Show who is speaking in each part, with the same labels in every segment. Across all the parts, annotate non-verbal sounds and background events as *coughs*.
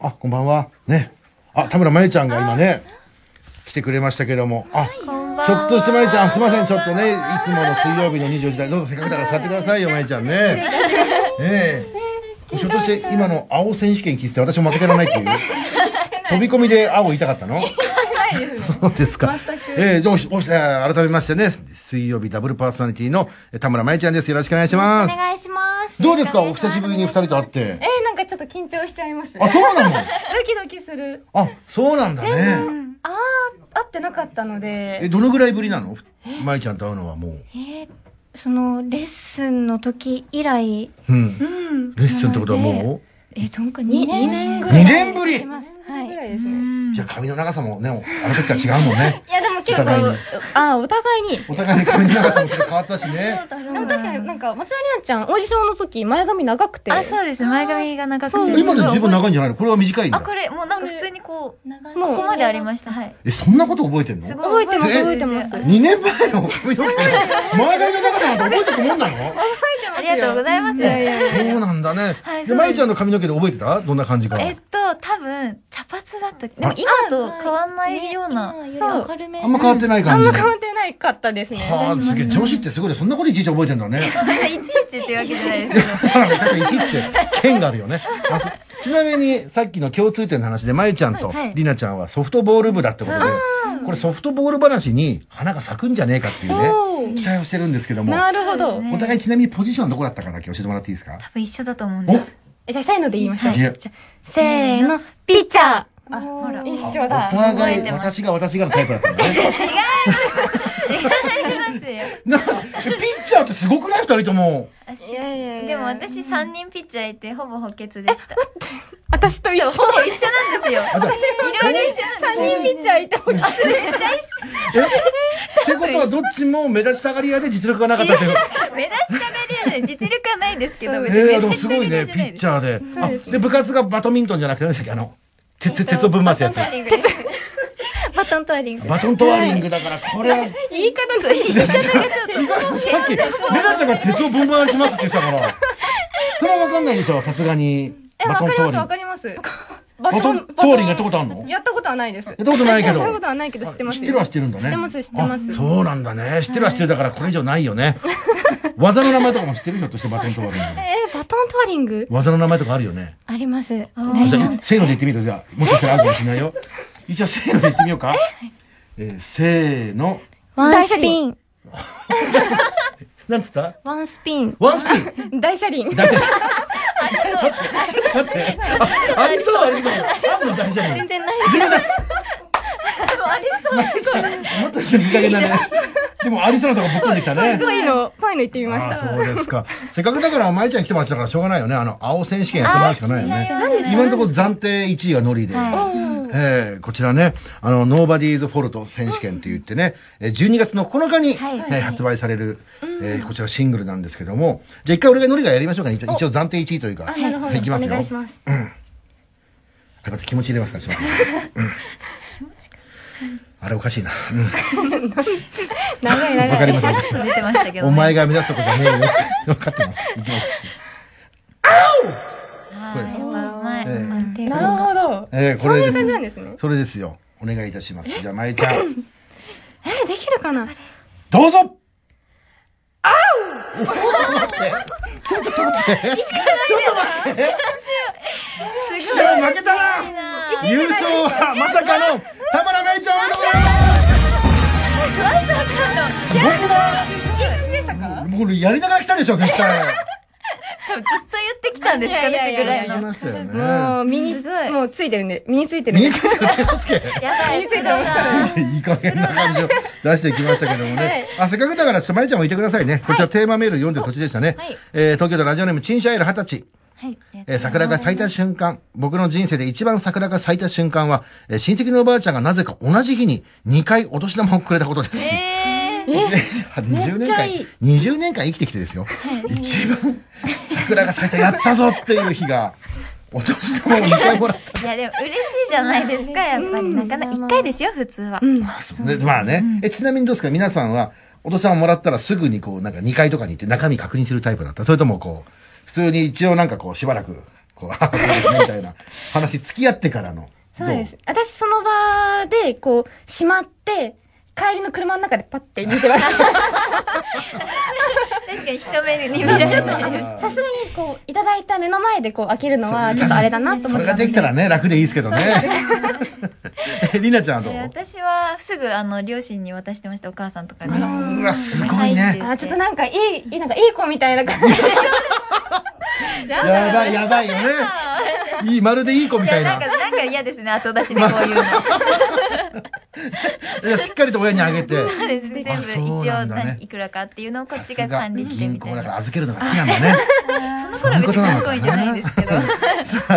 Speaker 1: あ、こんばんは。ね。あ、田村まゆちゃんが今ね、来てくれましたけども。あ、ちょっとしてまゆちゃん、すいません、ちょっとね、いつもの水曜日の24時台、どうぞせっかくだから座ってくださいよ、まゆちゃんね。ね *laughs* えひょっとして今の青選手権聞いてて私も負けられないっていう。 *laughs* 飛び込みで青言いたかったのそうですか。えー、じゃあおしおし、えー改めましてね、水曜日ダブルパーソナリティのえー田村まゆちゃんです。よろしくお願いし
Speaker 2: お
Speaker 1: ます。
Speaker 2: 願いします。
Speaker 1: どうですかお久しぶりに二人と会って
Speaker 3: え。ー、なんかちょっと緊張しちゃいます。
Speaker 1: あ、そうなの
Speaker 3: ドキドキする。
Speaker 1: あ、そうなんだね。
Speaker 3: あー、会ってなかったの
Speaker 1: え、
Speaker 3: で、
Speaker 1: どのぐらいぶりなのまゆちゃんと会うのはもう。
Speaker 2: えーその、レッスンの時以来、
Speaker 1: うん
Speaker 3: う。ん。
Speaker 1: レッスンってことはも
Speaker 2: えー、どんか2
Speaker 3: 2
Speaker 2: 年
Speaker 3: 年ぐ
Speaker 1: う
Speaker 3: らい。
Speaker 1: 2年ぶり
Speaker 2: います。は
Speaker 3: ぐらい
Speaker 2: い。
Speaker 3: です
Speaker 2: う
Speaker 3: ね。
Speaker 2: ん
Speaker 1: いや、髪の長さもね、もうあの時から違うもんね。
Speaker 3: いや、でも結
Speaker 1: お互いに
Speaker 3: 構、あー、お互いに。
Speaker 1: お互いに髪の長さもそれ変わったしね。
Speaker 3: でも確かになんか、松田里奈ちゃん、オーディションの時、前髪長くて。
Speaker 4: あ、そうです。前髪が長くて。
Speaker 1: 今でも十分長いんじゃないのこれは短いん
Speaker 4: あ、
Speaker 1: だ
Speaker 4: こ。れ、もうなんか普通にこう、
Speaker 2: 長い
Speaker 4: ここまでありました。はい。
Speaker 1: え、そんなこと覚えてんの
Speaker 4: す
Speaker 3: 覚えてます、
Speaker 1: え
Speaker 3: 覚えてます。
Speaker 4: あ
Speaker 1: 2年前の髪の毛前髪の長さなんて覚えてくもんなの
Speaker 4: ありがとうございます。
Speaker 3: いやいや
Speaker 1: そうなんだね
Speaker 4: は
Speaker 1: で、
Speaker 4: い。そうです
Speaker 1: まゆちゃんの髪の毛で覚えてたどんな感じか。
Speaker 4: えっと、多分、茶髪だった。でも今と変わんないような。
Speaker 2: ね今より明るめ
Speaker 1: あんま変わってない
Speaker 3: あ
Speaker 1: 感
Speaker 3: ん
Speaker 1: じ
Speaker 3: ま。変わってないかったですね。
Speaker 1: はあ、すげえ。女子ってすごいね。そんなこといちいち覚えてんだね。
Speaker 4: いちいちってわけじゃないですけど。
Speaker 1: さらに、だからいちいちって、剣があるよね。あそちなみに、さっきの共通点の話で、まゆちゃんと
Speaker 4: はい
Speaker 1: りなちゃんはソフトボール部だってことで、これソフトボール話に花が咲くんじゃねえかっていうね
Speaker 3: お、ー
Speaker 1: 期待をしてるんですけども、
Speaker 3: なるほ
Speaker 4: そう
Speaker 3: ど
Speaker 4: です。ね
Speaker 1: お互いちなみにポジションどこだったかだけ教えてもらっていいですか
Speaker 4: 多分一緒だと思うん
Speaker 1: お
Speaker 4: です。
Speaker 3: えじゃあ、せーので言いましょう。
Speaker 1: いや
Speaker 2: せーの、ピッチャー
Speaker 3: あ、ほら、一
Speaker 1: あ
Speaker 3: 緒だ
Speaker 1: お。互
Speaker 4: 覚え
Speaker 1: い、
Speaker 4: てます
Speaker 1: 私が私がのタイプだったんだね。
Speaker 4: *laughs* 違いますよ。
Speaker 1: な、えピッチャーってすごくない二人とも。
Speaker 4: 私
Speaker 3: いやいやいや
Speaker 4: でも私3人ピッチャーいて、ほぼ補欠でした。
Speaker 3: 私と一緒。
Speaker 4: ほぼ一緒なんですよ。
Speaker 1: あ、じゃあ
Speaker 4: いろいろ一緒なんですよ。
Speaker 3: 人ピッチャーいたほうが。
Speaker 4: めっちゃ一緒。
Speaker 1: えってことはどっちも目立ちたがり屋で実力がなかったっていう。
Speaker 4: 目立ちたがり屋で実力はないですけど、別に
Speaker 1: ええでもすごいね、ピッチ
Speaker 4: ャー。
Speaker 1: ャーで。あ、で、部活がバドミントンじゃなくて、何でしたっけ、あの、鉄、鉄をぶん回すやつ。
Speaker 2: バトントーリング。
Speaker 1: バトントワーリングだから、これは、違う、
Speaker 3: 言い方がいい。
Speaker 1: さっき、レナちゃんが鉄をぶん回しますって言ってたから。それはわかんないでしょ、さすがに。
Speaker 3: え、わ
Speaker 1: バ
Speaker 3: か
Speaker 1: トント
Speaker 3: りま
Speaker 1: ワー
Speaker 3: す、
Speaker 1: リン
Speaker 3: わ
Speaker 1: グ。バ
Speaker 3: かります。バ
Speaker 1: トントワーリングやったことあんのやっ
Speaker 3: やったことはないです。やった
Speaker 1: ことないけど。
Speaker 3: たことはないけど知ってます
Speaker 1: 知ってるは知ってるんだね。
Speaker 3: 知ってます知ってます
Speaker 1: あそうなんだね。知ってるは知ってるだから、これ以上ないよね。技の名前とかも知ってるひょっとしてバトントワーリング。
Speaker 3: えー、バトントワリング
Speaker 1: 技の名前とかあるよね。
Speaker 2: あります。ね
Speaker 1: じゃあ、せーので言ってみるじゃあ、もしかしたらあるかもしれないよ。一応、せーので言ってみようか。えー、せーの。
Speaker 2: ワンスピン。
Speaker 1: なんつった
Speaker 2: ワンスピン。
Speaker 1: ワンスピン
Speaker 3: 大車輪。
Speaker 1: 大丈夫。待って、待って、あありそう、ありそう。あるの大丈夫。
Speaker 2: 全然ない。
Speaker 4: ありそう。
Speaker 1: また一緒にいい加減だね。でも、ありそうなとこぶっこんできたね。
Speaker 3: パイの、パイの行ってみまし
Speaker 1: あ
Speaker 3: た。
Speaker 1: あ、そうですか。せっかくだから、まゆちゃん来てもらってたから、しょうがないよね。あの、青選手権やってもらうしかないよね。今のところ暫定1位がノリで。えーこちらね、あの、ノーバディーズフォルト選手権って言ってね、えー12月の9日に、
Speaker 4: はい
Speaker 1: えー発売される、えーこちらシングルなんですけども、じゃあ一回俺がノリがやりましょうかね。一応一応暫定1位というか。
Speaker 3: なるほど。
Speaker 1: いきますよ。
Speaker 3: お願いします。
Speaker 1: あまた気持ち入れますから、ちょっ
Speaker 3: *laughs*
Speaker 1: と待ってねうんあれおかしいな。
Speaker 3: *laughs* 長い長い。
Speaker 1: わかりますよ。
Speaker 4: 出てましたけど、
Speaker 1: お前が目指すとこじゃねえよって。分かってます。いきます。
Speaker 4: あーやっぱうまい。
Speaker 1: えー
Speaker 3: なるほど。
Speaker 1: えーこ
Speaker 3: そ
Speaker 1: れ
Speaker 3: う
Speaker 1: で
Speaker 3: いう
Speaker 1: す
Speaker 3: 感じなんですね。
Speaker 1: それですよ。お願いいたします。じゃあ、まゆちゃん、 *coughs*
Speaker 3: えー、できるかな
Speaker 1: どうぞあうちょっと待って。ちょっと待って。
Speaker 4: すごい。
Speaker 1: 負けたな
Speaker 4: 強
Speaker 1: 優
Speaker 4: いな
Speaker 1: 勝はまさかの田村まゆちゃんおめでとうございますすごく *laughs* ないもうこれやりながら来たでしょ、絶 *laughs* 対。
Speaker 4: 多分ずっと言ってきたんですかね、ってぐらいの。
Speaker 1: 来ましたよね。
Speaker 3: もう、身に
Speaker 4: すごい、
Speaker 3: もうついてるんで、身についてるん
Speaker 1: 見
Speaker 3: で
Speaker 1: え。てる手助け。
Speaker 4: やばい、
Speaker 3: 見せて
Speaker 4: ない
Speaker 1: *laughs* い加減な感じを出してきましたけどもね。
Speaker 3: はい
Speaker 1: あ、せっかくだから、ちょっとまゆちゃんもいてくださいね。こちらテーマメール読んでる途中でしたね。
Speaker 4: はい
Speaker 1: えー東京都ラジオネーム、チンシャエル二十歳。
Speaker 4: はい。
Speaker 1: えー桜が咲いた瞬間、僕の人生で一番桜が咲いた瞬間は、えー親戚のおばあちゃんがなぜか同じ日に2回お年玉をくれたことです。 *laughs*
Speaker 4: えー、
Speaker 1: 20
Speaker 3: め
Speaker 1: 年
Speaker 3: っちゃ
Speaker 1: 間
Speaker 3: いい、
Speaker 1: 20年間生きてきてですよ。一番桜が咲いたやったぞっていう日が、お年玉を2回もらっ
Speaker 4: いやでも嬉しいじゃないですか、やっぱり。なかなか1回ですよ、普通は。
Speaker 1: たんですよね。まあね。え、ちなみにどうですか皆さんは、お年玉もらったらすぐにこう、なんか2回とかに行って中身確認するタイプだったそれともこう、普通に一応なんかこう、しばらく、こう、あそうですねみたいな話、付き合ってからの。。
Speaker 3: そうですす。私、その場で、こう、しまって、帰りの車の中でパッて見てま
Speaker 1: *laughs*
Speaker 3: した。
Speaker 4: 確かに一目に
Speaker 1: 見
Speaker 4: 見ら
Speaker 1: ら
Speaker 4: れ
Speaker 1: れ
Speaker 4: な
Speaker 1: ないい
Speaker 4: で
Speaker 1: ですす。
Speaker 3: さすがに、こう、いただいた目の前で、こう、開けるのは、ちょっとあれだなと
Speaker 1: そ
Speaker 3: 思っ
Speaker 1: れ
Speaker 3: て
Speaker 1: が。できたらね、楽でいいですけどね。え、りなちゃんはどう
Speaker 4: 私はすぐあの両親に渡してましたお母さんとかに。
Speaker 1: うわ、すごいね。
Speaker 3: あ、ちょっとなんか、いい、いい、 *laughs* なんか、いい子みたいな感じで。
Speaker 1: やばい、やばいよね。いい、まるでいい子み
Speaker 4: い
Speaker 1: た
Speaker 4: や
Speaker 1: い
Speaker 4: なん
Speaker 1: な
Speaker 4: か。なんか嫌ですね後出しでこういうの。
Speaker 1: いやしっかりと親にあげて。
Speaker 4: そうですね全部
Speaker 1: あ
Speaker 4: 一
Speaker 1: そうな
Speaker 4: 応
Speaker 1: んだね
Speaker 4: 何いくらかっていうのをこっ
Speaker 1: さす
Speaker 4: ちが
Speaker 1: が
Speaker 4: 管理して
Speaker 1: 銀
Speaker 4: みた
Speaker 1: 行
Speaker 4: い
Speaker 1: だか
Speaker 4: な。
Speaker 1: ら預けるのが好きなんだね。
Speaker 4: その頃は別にかっこいいじゃないですけど。
Speaker 1: さ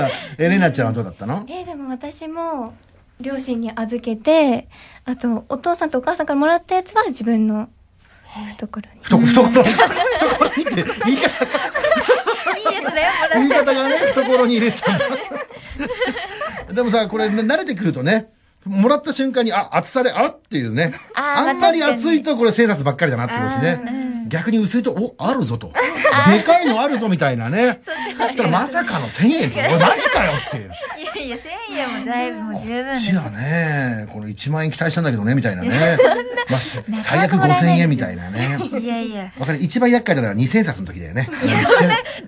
Speaker 1: あ *laughs* え、りなちゃんはどうだったの
Speaker 2: えーでも私も両親に預けてあとお父さんとお母さんからもらったやつは自分の懐に
Speaker 1: 懐、懐、懐にって、言い方
Speaker 4: いいやつだよもら
Speaker 1: 言い方
Speaker 4: *laughs*
Speaker 1: がね、懐に入れてたんだ。でもさ、これ、ね、慣れてくるとね、もらった瞬間に、あ、暑さで、あっていうね。
Speaker 4: あー
Speaker 1: あんまり
Speaker 4: まあ確か
Speaker 1: 暑
Speaker 4: に
Speaker 1: いと、これ、生殺ばっかりだなって思うし
Speaker 4: う
Speaker 1: ね。
Speaker 4: ん
Speaker 1: 逆に薄いと、お、あるぞと。でかいのあるぞみたいなね。
Speaker 4: そっち
Speaker 1: そしたら、まさかの1000円とか、おいマジかよっていう。
Speaker 4: いやいや1000円もだいぶもう十分です
Speaker 1: ち。だね、この1万円期待したんだけどね、みたいなね。まあ、最悪
Speaker 4: なかな
Speaker 1: 5000
Speaker 4: かもらえないですよ
Speaker 1: 円みたいなね。
Speaker 4: いやいや
Speaker 1: わかる一番厄介なのは2000冊の時だよね。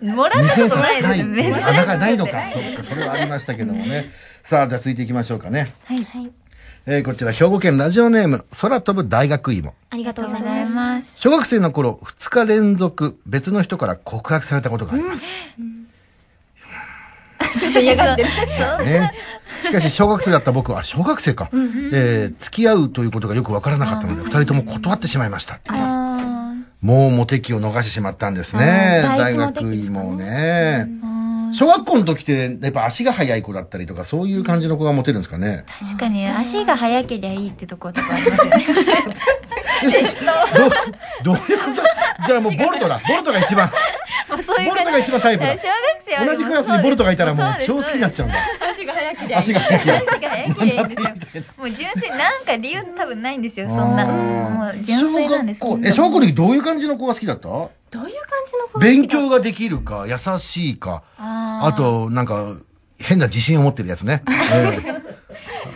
Speaker 4: もら
Speaker 1: 二
Speaker 4: った
Speaker 1: 千
Speaker 4: こと
Speaker 1: 冊
Speaker 4: ないです
Speaker 1: な
Speaker 4: 珍
Speaker 1: い。
Speaker 4: しい。
Speaker 1: あ、なんかないのか。そっか、それはありましたけどもね。さあ、じゃあ続いていきましょうかね。
Speaker 4: はい
Speaker 1: えーこちら、兵庫県ラジオネーム、空飛ぶ大学芋。
Speaker 2: ありが
Speaker 4: あ
Speaker 2: とう
Speaker 4: り
Speaker 2: ご
Speaker 4: が
Speaker 2: ざ
Speaker 4: と
Speaker 2: いう
Speaker 4: ござい
Speaker 2: ます
Speaker 4: ます。
Speaker 1: 小学生の頃、2日連続、別の人から告白されたことがあります。
Speaker 4: ちょっと嫌がってる。そう。
Speaker 1: ね。しかし、小学生だった僕は、あ小学生か。えー付き合うということがよくわからなかったので、二人とも断ってしまいました。
Speaker 4: あー
Speaker 1: もうモテ期を逃してしまったんですね。大学芋をね。
Speaker 4: あ
Speaker 1: 小学校の時って、やっぱ足が速い子だったりとか、そういう感じの子がモテるんですかね。
Speaker 4: ー確かに足が速けりゃいいってとことかありますよね。
Speaker 1: どう、どういうことじゃあもうボルトだ。ボルトが一番、
Speaker 4: もうそういう
Speaker 1: ボルト
Speaker 4: 感
Speaker 1: が
Speaker 4: じ。
Speaker 1: 一番タイプ
Speaker 4: 小
Speaker 1: だ
Speaker 4: 学。生は
Speaker 1: 同じクラスにボルトがいたらもう超好きになっちゃうんだ。
Speaker 3: 足が速くて。
Speaker 1: 足が速い。
Speaker 4: ゃう。足が速けりゃいいんですよ。もう純粋、なんか理由多分ないんですよ、そんな。もう純粋なんです
Speaker 1: 小学校え、小学校の時どういう感じの子が好きだった
Speaker 3: どういう感じの子が好
Speaker 1: 勉
Speaker 3: きだ
Speaker 1: 強ができるか、優しいか、
Speaker 4: あー
Speaker 1: あと、なんか、変な自信を持ってるやつね。うん
Speaker 4: *laughs*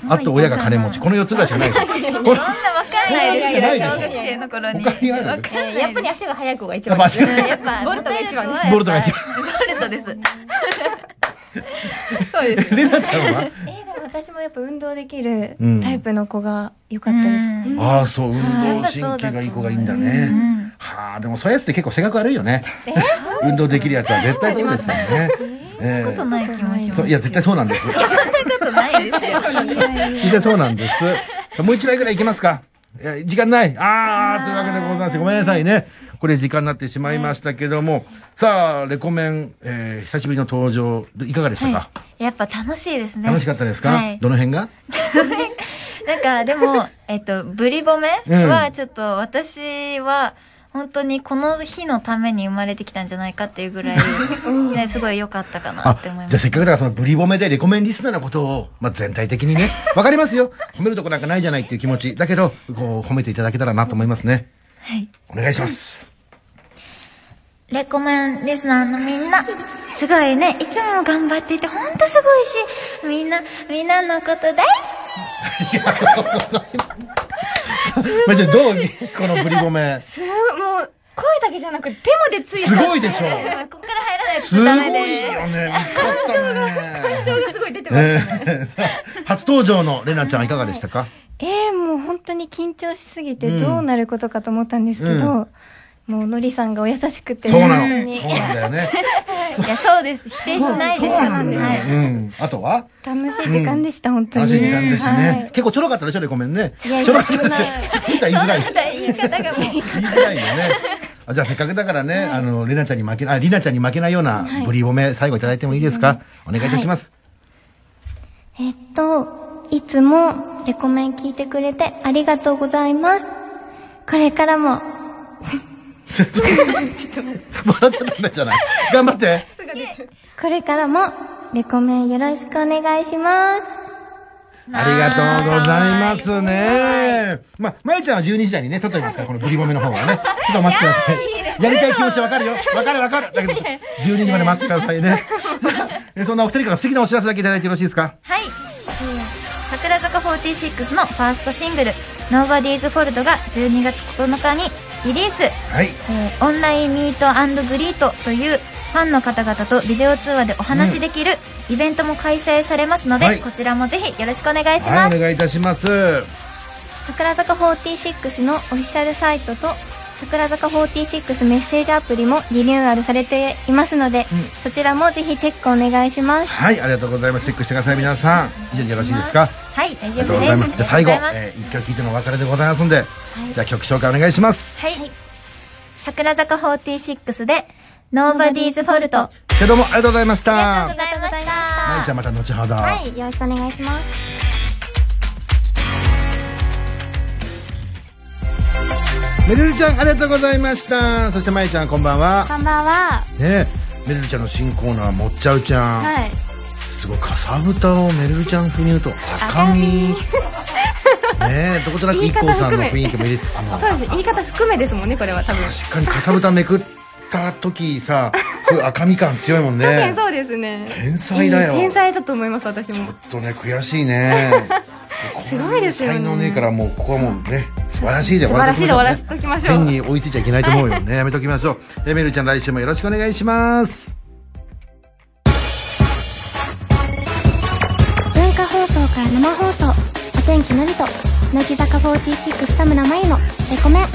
Speaker 1: あと、親が金持ち。この4つぐらいしかないでしょ。こ
Speaker 4: そん
Speaker 1: れ
Speaker 4: なわかんないですよ、
Speaker 1: ないでしょ
Speaker 4: 小学生の頃に。
Speaker 1: 他にある
Speaker 4: わかんない
Speaker 3: やっぱり足が速い子が一
Speaker 1: やっ
Speaker 3: 番
Speaker 1: ぱ
Speaker 3: です。
Speaker 1: 足が
Speaker 4: うんやっ *laughs* ぱ、
Speaker 3: ボルトが一番
Speaker 1: ボルトが一
Speaker 4: ボルトです。
Speaker 3: そうです。
Speaker 1: レナちゃんは
Speaker 2: えーでも私もやっぱ運動できる
Speaker 1: うん
Speaker 2: タイプの子が良かったです、
Speaker 4: うん
Speaker 1: ああ、そう、運動神経がいい子がいいんだね。はあ、でもそういうやつって結構性格悪いよね。運動できるやつは絶対そうですよね。え
Speaker 4: ことない気もし
Speaker 1: え
Speaker 4: ま
Speaker 1: そ
Speaker 4: す。
Speaker 1: ういや、絶対そうなんです。
Speaker 4: ことないですよ。
Speaker 1: 絶対そうなんです。もう一枚ぐらいいけますかいや時間ない。ああ、というわけでございまして、ごめんなさいね。これ時間になってしまいましたけども。さあ、レコメン、えー久しぶりの登場、いかがでしたか、
Speaker 4: はいやっぱ楽しいですね。
Speaker 1: 楽しかったですか、
Speaker 4: はい
Speaker 1: どの辺が
Speaker 4: なんか、でも、 *laughs* えっと、ブリボメ
Speaker 1: うん
Speaker 4: は、ちょっと、私は、本当にこの日のために生まれてきたんじゃないかっていうぐ *laughs* らい、ね、すごい良かったかな
Speaker 1: あ
Speaker 4: って思い、ま
Speaker 1: じゃあ
Speaker 4: す。
Speaker 1: せっかくだからそのブリボメでレコメンリスナーのことを、まあ、全体的にね、わかりますよ。褒めるとこなんかないじゃないっていう気持ち。だけど、こう、褒めていただけたらなと思いますね。
Speaker 4: はい。
Speaker 1: お願いします。
Speaker 4: レコメンリスナーのみんな、すごいね、いつも頑張っていて、ほんとすごいし、みんな、みんなのこと *laughs* 大好
Speaker 1: まあ、じゃあどう、このブリボメ。
Speaker 3: すごい、もう、声だけじゃなくて手までつい
Speaker 1: す
Speaker 3: た。
Speaker 1: ごいでしょ。
Speaker 4: きここから入らない
Speaker 1: す
Speaker 4: と
Speaker 1: ごい
Speaker 4: ダ
Speaker 1: よ
Speaker 4: メで。
Speaker 1: ね。感情が、感情
Speaker 3: すごい出てます。
Speaker 1: えー *laughs* さあ初登場のレナちゃんいかがでしたか、
Speaker 2: えーもう本当に緊張しすぎてどうなることかと思ったんですけど、もうのりさんがお優しくて
Speaker 1: そうなの。
Speaker 2: 本
Speaker 1: そ
Speaker 2: 当
Speaker 1: う
Speaker 2: に
Speaker 1: なんだよね。
Speaker 4: いや、そうです。否定しないです。
Speaker 1: そうなんだよ
Speaker 4: はい
Speaker 1: ね。うん。あとは
Speaker 2: 楽しい時間でした、本当に
Speaker 1: 楽しい時間です
Speaker 2: はい
Speaker 1: ね。結構ちょろかったでしょレコメンね。ち
Speaker 2: いやいや
Speaker 1: ょろかったでしょ言いたい言いづらい。
Speaker 4: 言い方がもう。
Speaker 1: 言いづらいよね。あじゃあせっかくだからね、あの、レナちゃんに負けない、あ、リナちゃんに負けないようなブリ褒め、最後いただいてもいいですか、お願いいたします。
Speaker 2: えっと、いつもレコメン聞いてくれてありがとうございます。これからも、
Speaker 1: 笑っちゃったんだじゃない。頑張って。
Speaker 2: これからもレコメンよろしくお願いします。
Speaker 1: *laughs* ありがとうございますね。まあ、まゆちゃんは12時台にね、撮っておりますから、このブリ褒めの方はね。ちょっとお待ちください。やりたい気持ちわかるよ。わかるわかる。だけど、12時まで待ってくださいね。さあえ *laughs* そんなお二人から素敵なお知らせだけいただいてよろしいですか
Speaker 4: はい。桜坂46のファーストシングル、Nobody's Fold が12月9日にリリース。
Speaker 1: はい。
Speaker 4: えーオンラインミートグリートというファンの方々とビデオ通話でお話しできるイベントも開催されますので、
Speaker 1: はい
Speaker 4: こちらもぜひよろしくお願いします、
Speaker 1: はい、お願いいたします。
Speaker 2: 桜坂46のオフィシャルサイトと桜坂46メッセージアプリもリニューアルされていますので、そちらもぜひチェックお願いします
Speaker 1: はい、ありがとうございます。チェックしてください、皆さん。以上でよろしいですか
Speaker 4: はい大
Speaker 1: ありが
Speaker 4: 丈
Speaker 1: とうございます。じ
Speaker 4: 夫です
Speaker 1: ゃあ
Speaker 4: あ
Speaker 1: 最後、
Speaker 4: りがとうござい
Speaker 1: えー一曲聴いてのお別れでございますんで、じゃあ曲紹介お願いします。
Speaker 4: ますはい桜坂46で Nobody's Fault あ
Speaker 1: じゃあどうもありがとうございました。
Speaker 4: りがとうございました
Speaker 1: はい、じゃあまた後ほど。
Speaker 2: はいよろしくお願いします
Speaker 1: めるるちゃん、ありがとうございました。そしてまゆちゃん、こんばんは。
Speaker 2: こんばんは
Speaker 1: ねえ、めるるちゃんの新コーナー、もっちゃうちゃん。
Speaker 2: はい
Speaker 1: すごい、かさぶたをめるるちゃん風に言うと、赤身。ねえ、どことなく
Speaker 3: 言い
Speaker 1: i
Speaker 3: 方
Speaker 1: k さんの
Speaker 3: 含め
Speaker 1: 雰囲気も入れつつも。
Speaker 3: そうです言い方含めですもんねこれは多分
Speaker 1: 確かにかさぶためくった時さすごい赤み感強いもんね
Speaker 3: 確かにそうですね
Speaker 1: 天才だよ
Speaker 3: 天才だと思います私も
Speaker 1: ちょっとね悔しい
Speaker 3: *laughs*
Speaker 1: ね
Speaker 3: すごいですよね
Speaker 1: 才能ねえからもうここはもうね素晴らしいで
Speaker 3: 素晴らしいで終わらせときましょう
Speaker 1: 変に追いついちゃいけないと思うよねやめときましょうえめるちゃん来週もよろしくお願いします
Speaker 2: 文化放送から生放送お天気のりと乃木坂46田村真由のレコメン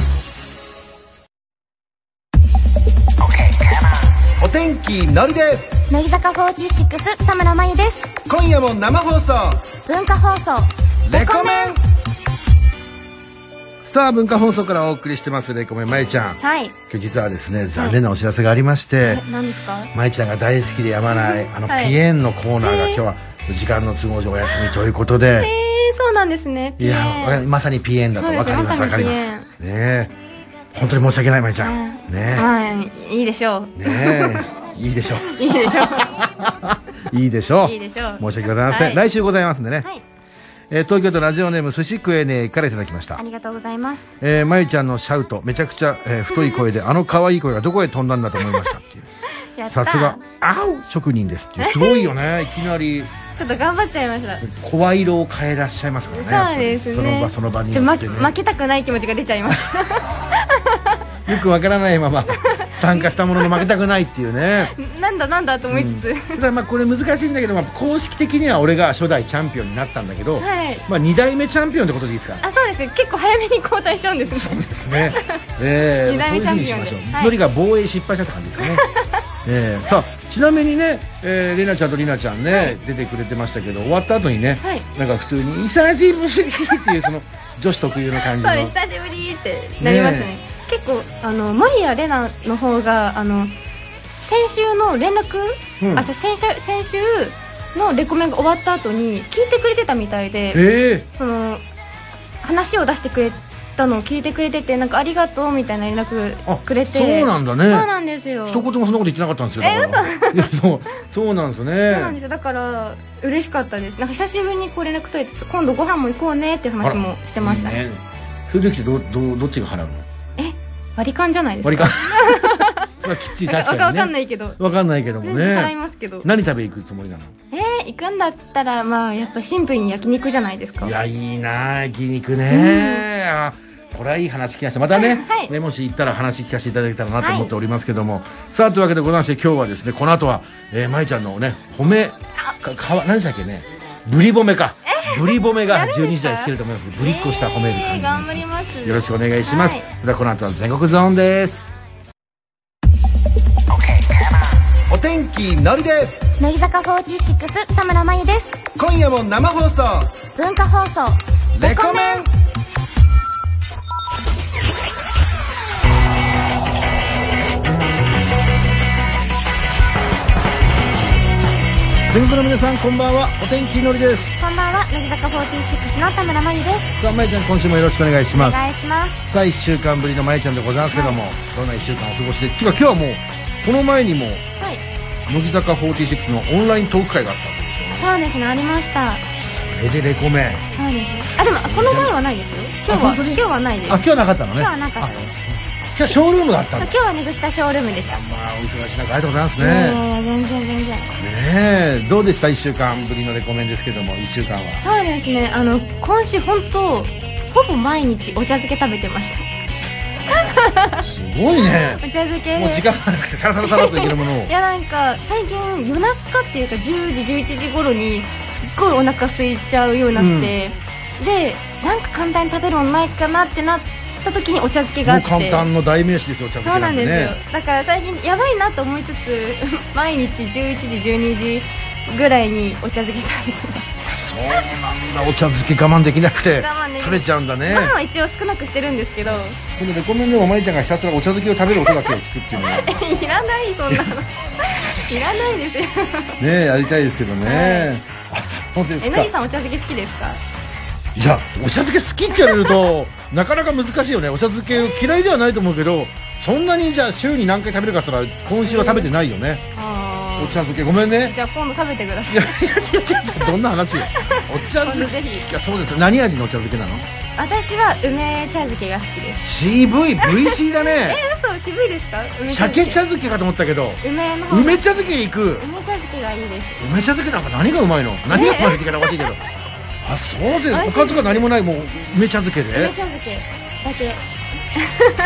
Speaker 1: お天気のりです
Speaker 2: 乃木坂46田村真由です
Speaker 1: 今夜も生放送
Speaker 2: 文化放送
Speaker 1: レコメンさあ文化放送からお送りしてますレコメンまゆちゃん
Speaker 3: はい
Speaker 1: 今日実はですね残念なお知らせがありまして、
Speaker 3: 何ですか
Speaker 1: まいちゃんが大好きでやまないあのピ
Speaker 3: はい
Speaker 1: エンのコーナーが今日は時間の都合上お休みということで
Speaker 3: え、ー、そうなんですね
Speaker 1: いやわかりまさにピエンだと
Speaker 3: そうで
Speaker 1: 分
Speaker 3: すね
Speaker 1: かります分か
Speaker 3: まさ
Speaker 1: り
Speaker 3: に
Speaker 1: ま
Speaker 3: ピ
Speaker 1: す
Speaker 3: エ
Speaker 1: ねえ本当に申し訳ないまいちゃんね
Speaker 3: はいいいでしょう
Speaker 1: えねえいいでしょ
Speaker 3: *laughs*
Speaker 1: ういいでしょう *laughs* いいでしょう
Speaker 3: いいでしょう
Speaker 1: 申し訳ございません、
Speaker 3: はい
Speaker 1: 来週ございますんでね、
Speaker 3: はい
Speaker 1: えー東京都ラジオネーム寿司食えねえからいただきました
Speaker 3: ありがとうございます
Speaker 1: えー、まゆちゃんのシャウトめちゃくちゃ、えー太い声であの可愛い声がどこへ飛んだんだと思いましたっていう
Speaker 3: やった
Speaker 1: さすがあう職人ですっていうすごいよねいきなり
Speaker 3: ちょっと頑張っちゃいました
Speaker 1: 声色を変えらっしゃいますからねやっ
Speaker 3: そう
Speaker 1: ぱり
Speaker 3: ですね
Speaker 1: その場その場に
Speaker 3: ち
Speaker 1: よ
Speaker 3: ょ、ま、
Speaker 1: ってね
Speaker 3: 負けたくない気持ちが出ちゃいます *laughs*
Speaker 1: よくわからないまま参加したものの負けたくないっていうね
Speaker 3: なんだなんだと思いつつ、
Speaker 1: ただまあこれ難しいんだけど、まあ、公式的には俺が初代チャンピオンになったんだけど、
Speaker 3: はい
Speaker 1: まあ、2代目チャンピオンってことでいいですか
Speaker 3: あそうですね結構早めに交代しちゃうんですね
Speaker 1: ですね。ええ
Speaker 3: *laughs* 二代
Speaker 1: そうい
Speaker 3: 目
Speaker 1: うふうにしましょ
Speaker 3: チャンピオンで
Speaker 1: う。
Speaker 3: はい
Speaker 1: ノリが防衛失敗したって感じです
Speaker 3: *laughs*
Speaker 1: かね。ええさあちなみにね、えー、レナちゃんとリナちゃんね、出てくれてましたけど終わった後にね、
Speaker 3: はい
Speaker 1: なんか普通に「久しぶり」っていうそ
Speaker 3: *laughs*
Speaker 1: の女子特有の感じ
Speaker 3: そうで
Speaker 1: の
Speaker 3: す久しぶりってなりますね
Speaker 1: ね
Speaker 3: 結構あのマリア・レナの方があの先週の連絡、
Speaker 1: うん
Speaker 3: あじゃあ先週先週のレコメンが終わった後に聞いてくれてたみたいで
Speaker 1: え
Speaker 3: その話を出してくれたのを聞いてくれててなんかありがとうみたいな連
Speaker 1: あ
Speaker 3: 絡くれて
Speaker 1: そうなんだね
Speaker 3: そうなんですよ
Speaker 1: え
Speaker 3: そ
Speaker 1: 一
Speaker 3: う
Speaker 1: 言もそんなこと言ってなかったんですよだからいやそうそうなんです
Speaker 3: なん
Speaker 1: ね
Speaker 3: ですよだから嬉しかったですなんか久しぶりにこう連絡取れて今度ご飯も行こうねっていう話もしてました
Speaker 1: いいねそれできてどどどっちが払うの
Speaker 3: え割り勘じゃないですか
Speaker 1: 割
Speaker 3: *laughs*
Speaker 1: り勘まあきっちり
Speaker 3: な
Speaker 1: 確
Speaker 3: んか
Speaker 1: かに
Speaker 3: わ
Speaker 1: ね
Speaker 3: かわかんないけど
Speaker 1: わかんないけども
Speaker 3: 払い
Speaker 1: ね
Speaker 3: ますけど
Speaker 1: 何食べ行くつもりなの
Speaker 3: えー、行くんだったらまあやっぱシンプルに焼肉じゃないですか
Speaker 1: いやいいなあ焼肉ねあこれはいい話聞かせてまたね,、
Speaker 3: はい
Speaker 1: ねもし行ったら話聞かせていただけたらなと思っておりますけども、さあというわけでございまして今日はですねこの後は、えー、舞ちゃんのね褒めかかわ何でしたっけねブリ褒めかブリ褒めが12時台聞けると思いますけどぶりっこした褒める感じ、
Speaker 3: えー頑張ります
Speaker 1: よろしくお願いします、
Speaker 3: はい
Speaker 1: ではこの後は全国ゾーンですお天気のりです
Speaker 2: 乃木坂46田村真由です
Speaker 1: 今夜も生放送
Speaker 2: 文化放送
Speaker 1: レコメン全国の皆さんこんばんはお天気のりです
Speaker 2: こんばんは乃木坂46の田村真由です
Speaker 1: さあまゆちゃん今週もよろしくお願いし
Speaker 2: お
Speaker 1: ます
Speaker 2: 願いします
Speaker 1: さあ1週間ぶりのまゆちゃんでございますけども、どんな1週間お過ごしでっていうか今日はもうこの前にも
Speaker 3: はい
Speaker 1: 乃木坂46のオンライントーク会があった
Speaker 3: そうですねありまし
Speaker 1: ん
Speaker 3: た
Speaker 1: ですよあれでレコメン
Speaker 3: そうですねあでもこの前はないですよ今日
Speaker 1: あ
Speaker 3: は
Speaker 1: 本当に
Speaker 3: 今日はないです
Speaker 1: あ今日はなかったのね
Speaker 3: 今日はなかったです
Speaker 1: あ今日ショールームだったん
Speaker 3: そう
Speaker 1: だ
Speaker 3: 今日はねぐしたショールームでした
Speaker 1: まあお忙しい中ありがとうございます
Speaker 3: いやい
Speaker 1: ね
Speaker 3: やいや全然全然
Speaker 1: ねえどうでした1週間ぶりのレコメンですけども1週間は
Speaker 3: そうですねあの今週本当ほぼ毎日お茶漬け食べてました
Speaker 1: すごいね
Speaker 3: お茶漬け
Speaker 1: もう時間がなくてサラサラサラっといけるものを
Speaker 3: いやなんか最近夜中っていうか10時11時頃にすっごいお腹空いちゃうようになって、でなんか簡単に食べるものないかなってなった時にお茶漬けがあ
Speaker 1: もう
Speaker 3: っ
Speaker 1: 簡
Speaker 3: て
Speaker 1: 単の代名詞ですよお茶
Speaker 3: そう
Speaker 1: 漬け
Speaker 3: な
Speaker 1: なんん
Speaker 3: で
Speaker 1: です
Speaker 3: よ
Speaker 1: ね
Speaker 3: だから最近やばいなと思いつつ *laughs* 毎日11時12時ぐらいにお茶漬け食べて
Speaker 1: そうなんだお茶漬け我慢できなくて
Speaker 3: 我慢できない
Speaker 1: 食べちゃうんだね
Speaker 3: パンは一応少なくしてるんですけど
Speaker 1: このレコメンでもまゆちゃんがひたすらお茶漬けを食べる音だけを聞くっていうのはね
Speaker 3: *laughs* いらないそんなの *laughs* いらないですよ
Speaker 1: *laughs* えやりたいですけどね、あそうです
Speaker 3: え
Speaker 1: か
Speaker 3: のりさんお茶漬け好きですか
Speaker 1: いやお茶漬け好きって言われるとなかなか難しいよねお茶漬け嫌いではないと思うけどそんなにじゃあ週に何回食べるかっつったら今週は食べてないよね、
Speaker 3: あ
Speaker 1: お茶漬けごめんね
Speaker 3: じゃあ今度食べてくださ
Speaker 1: *laughs* い
Speaker 3: い
Speaker 1: やいやいやいやどんな話よお茶
Speaker 3: 今
Speaker 1: 漬
Speaker 3: 度
Speaker 1: け
Speaker 3: ぜひ
Speaker 1: いやそうです何味のお茶漬けなの
Speaker 3: 私は梅茶漬けが好きです
Speaker 1: 渋い VC だね
Speaker 3: 嘘渋いですか梅茶
Speaker 1: 鮭
Speaker 3: 漬け
Speaker 1: 茶漬けかと思ったけど
Speaker 3: 梅の方
Speaker 1: 梅茶漬け行く
Speaker 3: 梅茶漬けがいいです
Speaker 1: 梅茶漬けなんか何がうまいの何がうまいって言い方おかしいけどあそうですおかずが何もないもう梅茶漬け
Speaker 3: 梅
Speaker 1: で
Speaker 3: 茶漬けだけ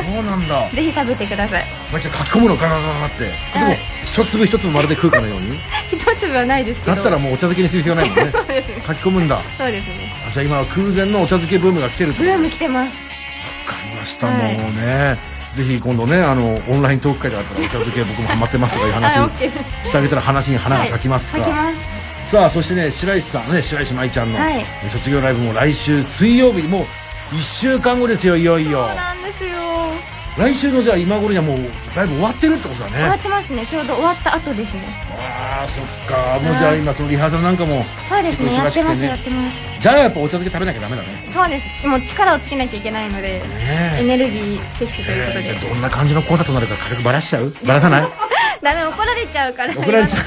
Speaker 1: そうなんだ
Speaker 3: ぜひ食べてください *laughs*
Speaker 1: まあじゃあ書き込むのガガガガってで
Speaker 3: は
Speaker 1: も
Speaker 3: い
Speaker 1: 一粒一粒まるで食うかのように
Speaker 3: 一粒はないですけ
Speaker 1: だ
Speaker 3: ど
Speaker 1: ったらもうお茶漬けにする必要ないもんね
Speaker 3: そうですね
Speaker 1: 書き込むんだ
Speaker 3: そうですね
Speaker 1: あじゃあ今は空前のお茶漬けブームが来てると
Speaker 3: ブーム来てます
Speaker 1: わかりました、
Speaker 3: はい
Speaker 1: もうねぜひ今度ねあのオンライントーク会であったらお茶漬け僕もハマってますとかいう話
Speaker 3: はい OK
Speaker 1: してあげたら話に花が咲きますか
Speaker 3: 書
Speaker 1: ら、
Speaker 3: きます
Speaker 1: さあそしてね白石さんね白石舞ちゃんの
Speaker 3: はい
Speaker 1: 卒業ライブも来週水曜日にもう1週間後ですよいよいよ
Speaker 3: そうなんですよ
Speaker 1: 来週のじゃあ今頃にはもうライブ終わってるってことだね
Speaker 3: 終わってますねちょうど終わった後ですね
Speaker 1: ああそっかもうじゃあ今そのリハーサルなんかも
Speaker 3: そうですね
Speaker 1: 忙しくてね
Speaker 3: やってますやってます
Speaker 1: じゃあやっぱお茶漬け食べなきゃダメだね
Speaker 3: そうですもう力をつけなきゃいけないので
Speaker 1: ね
Speaker 3: エネルギー摂取ということ
Speaker 1: え
Speaker 3: で
Speaker 1: えどんな感じのコーナーとなるか軽くバラしちゃうバラさない
Speaker 3: *laughs* ダメ怒られちゃうから
Speaker 1: 怒られちゃう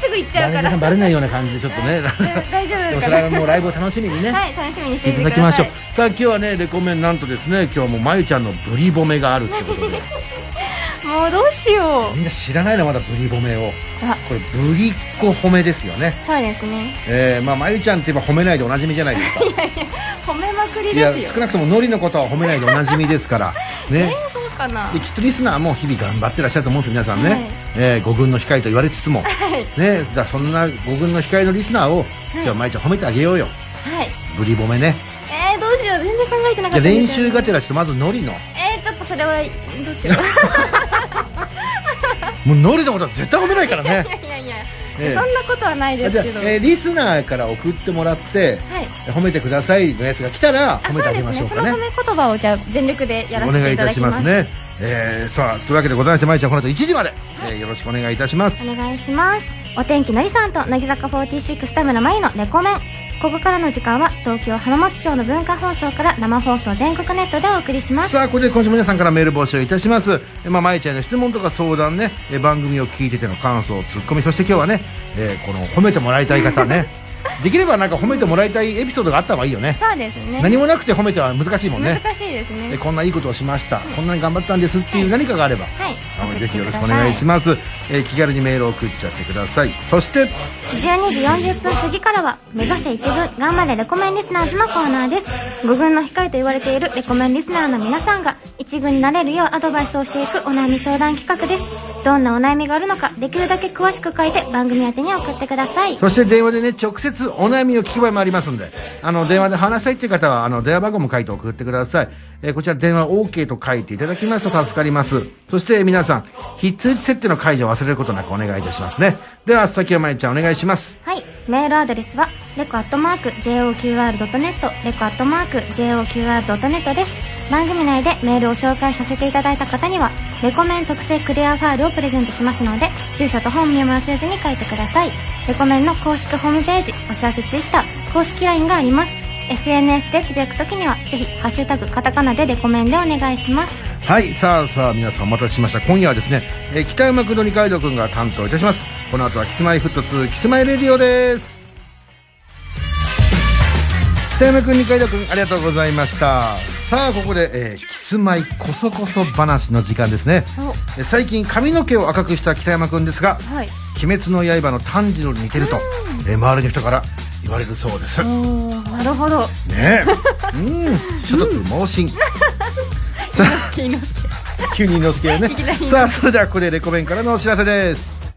Speaker 3: すぐ行っち
Speaker 1: バ
Speaker 3: ゃうか
Speaker 1: レな
Speaker 3: ら
Speaker 1: いバレないような感じでちょっと
Speaker 3: *laughs*
Speaker 1: ね
Speaker 3: 大丈夫
Speaker 1: で
Speaker 3: で
Speaker 1: も
Speaker 3: す
Speaker 1: そ
Speaker 3: か
Speaker 1: れは
Speaker 3: ら
Speaker 1: もうライブを楽しみにね、
Speaker 3: はい楽しみにし
Speaker 1: して
Speaker 3: て
Speaker 1: い
Speaker 3: い
Speaker 1: ただ
Speaker 3: てく
Speaker 1: き
Speaker 3: だ
Speaker 1: まし
Speaker 3: さ
Speaker 1: ょう
Speaker 3: い
Speaker 1: さあ今日はねレコメンなんとですね今日はもうまゆちゃんのブリ褒めがあるってことで
Speaker 3: もうどうしよ
Speaker 1: みんな知らないのまだブリ褒めを
Speaker 3: うあ
Speaker 1: これブリっ子褒めですよね
Speaker 3: そうですね
Speaker 1: えー、まあまゆちゃんって言えば褒めないでおなじみじゃない
Speaker 3: *laughs*
Speaker 1: ですか
Speaker 3: 褒めまくり
Speaker 1: い
Speaker 3: で
Speaker 1: や
Speaker 3: すよ
Speaker 1: 少なくともノリのことは褒めないでおなじみです
Speaker 3: *laughs*
Speaker 1: からね
Speaker 3: えーそうかな
Speaker 1: できっとリスナーも日々頑張ってらっしゃると思うんですよ皆さんね、
Speaker 3: はい
Speaker 1: えー五軍の控えと言われつつ
Speaker 3: *laughs*
Speaker 1: も、
Speaker 3: い
Speaker 1: ねだからそんな五軍の控えのリスナーを、今日はまゆちゃん褒めてあげようよ
Speaker 3: はい
Speaker 1: ブリ褒めね
Speaker 3: えー、どうしよう全然考えてな
Speaker 1: じゃ
Speaker 3: かっ
Speaker 1: あ
Speaker 3: たん
Speaker 1: 練
Speaker 3: ですよ
Speaker 1: 習がてらちょっとまずノリの
Speaker 3: えー、ちょっとそれはどうしよ
Speaker 1: *laughs* もうノリのことは絶対褒めない
Speaker 3: *laughs*
Speaker 1: からね
Speaker 3: ういやいや
Speaker 1: ええ
Speaker 3: そんなことはないで
Speaker 1: じゃ
Speaker 3: す
Speaker 1: あ、
Speaker 3: けど
Speaker 1: えーリスナーから送ってもらって、
Speaker 3: はい
Speaker 1: 褒めてくださいのやつが来たら
Speaker 3: あ
Speaker 1: 褒
Speaker 3: そ
Speaker 1: めてあ
Speaker 3: う
Speaker 1: げ
Speaker 3: で
Speaker 1: ますしょう
Speaker 3: ねそ
Speaker 1: か
Speaker 3: の
Speaker 1: ね
Speaker 3: 褒め言葉をじゃあ全力でやら
Speaker 1: お
Speaker 3: せ
Speaker 1: 願
Speaker 3: て
Speaker 1: いい
Speaker 3: いた
Speaker 1: た
Speaker 3: だき
Speaker 1: しま
Speaker 3: ます
Speaker 1: すね、えーさあそういうわけでございましてまいちゃんこの後1時まで、えーよろしくお願いいたします
Speaker 3: お願いしますお天気のりさんと乃木坂46田村舞のレコメンここからの時間は東京浜松町の文化放送から生放送全国ネットでお送りします
Speaker 1: さあここで今週も皆さんからメール募集いたしますえーまあ、まいちゃんへの質問とか相談ねえー番組を聞いてての感想ツッコミそして今日はね、えーこの褒めてもらいたい方ね
Speaker 3: *laughs*
Speaker 1: できればなんか褒めてもらいたいエピソードがあった方がいいよね
Speaker 3: そうですね
Speaker 1: 何もなくて褒めては難しいもんね
Speaker 3: 難しいです
Speaker 1: え
Speaker 3: ね
Speaker 1: こんないいことをしました、こんなに頑張ったんですっていう何かがあれば、
Speaker 3: はい
Speaker 1: あのぜひよろしくお願いします、えー気軽にメールを送っちゃってくださいそして
Speaker 2: 12時40分過ぎからは目指せ一軍頑張れレコメンリスナーズのコーナーです5軍の控えと言われているレコメンリスナーの皆さんが一軍になれるようアドバイスをしていくお悩み相談企画ですどんなお悩みがあるのかできるだけ詳しく書いて番組宛てに送ってください
Speaker 1: そして電話でね直接お悩みを聞く場合もありますんであの電話で話したいっていう方はあの電話番号も書いて送ってください、えーこちら電話 OK と書いていただきますと助かりますそして皆さん非通知設定の解除を忘れることなくお願いいたしますねでは先をまいちゃんお願いします
Speaker 2: はい。メールアドレスは、レコアットマーク、JOQR.net、レコアットマーク、JOQR.net です。番組内でメールを紹介させていただいた方には、レコメン特製クリアファイルをプレゼントしますので、住所と本名も忘れずに書いてください。レコメンの公式ホームページ、お知らせツイッター、公式 LINE があります。SNS でつぶやくときには、ぜひ、ハッシュタグ、カタカナでレコメンでお願いします。
Speaker 1: はいさあさあ皆さんお待たせしました今夜はですね、えー北山君と二階堂君が担当いたしますこの後はキスマイフット2キスマイレディオです北山君二階堂君ありがとうございましたさあここで、えーキスマイこそこそ話の時間ですねえー最近髪の毛を赤くした北山くんですが
Speaker 3: おはい
Speaker 1: 「鬼滅の刃」の炭治郎に似てると、えー周りの人から言われるそうですね
Speaker 3: おーなるほど
Speaker 1: えうん
Speaker 3: *laughs*
Speaker 1: 所属盲信
Speaker 3: 気になって
Speaker 1: 急にのすけをね。さあ、それではここでレコメンからのお知らせです。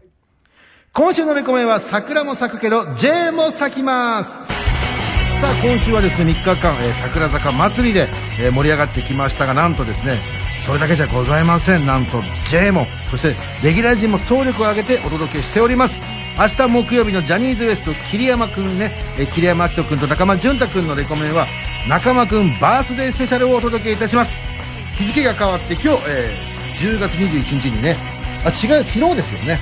Speaker 1: 今週のレコメンは桜も咲くけど、J も咲きます。さあ、今週はですね、3日間、えー桜坂祭りで、えー盛り上がってきましたが、なんとですね、それだけじゃございません。なんと J も、そしてレギュラー陣も総力を挙げてお届けしております。明日木曜日のジャニーズ WEST 桐山くんね、えー桐山明人くんと仲間淳太くんのレコメンは、仲間くんバースデースペシャルをお届けいたします。日付が変わって今日、えー10月21日にねあ違う昨日ですよね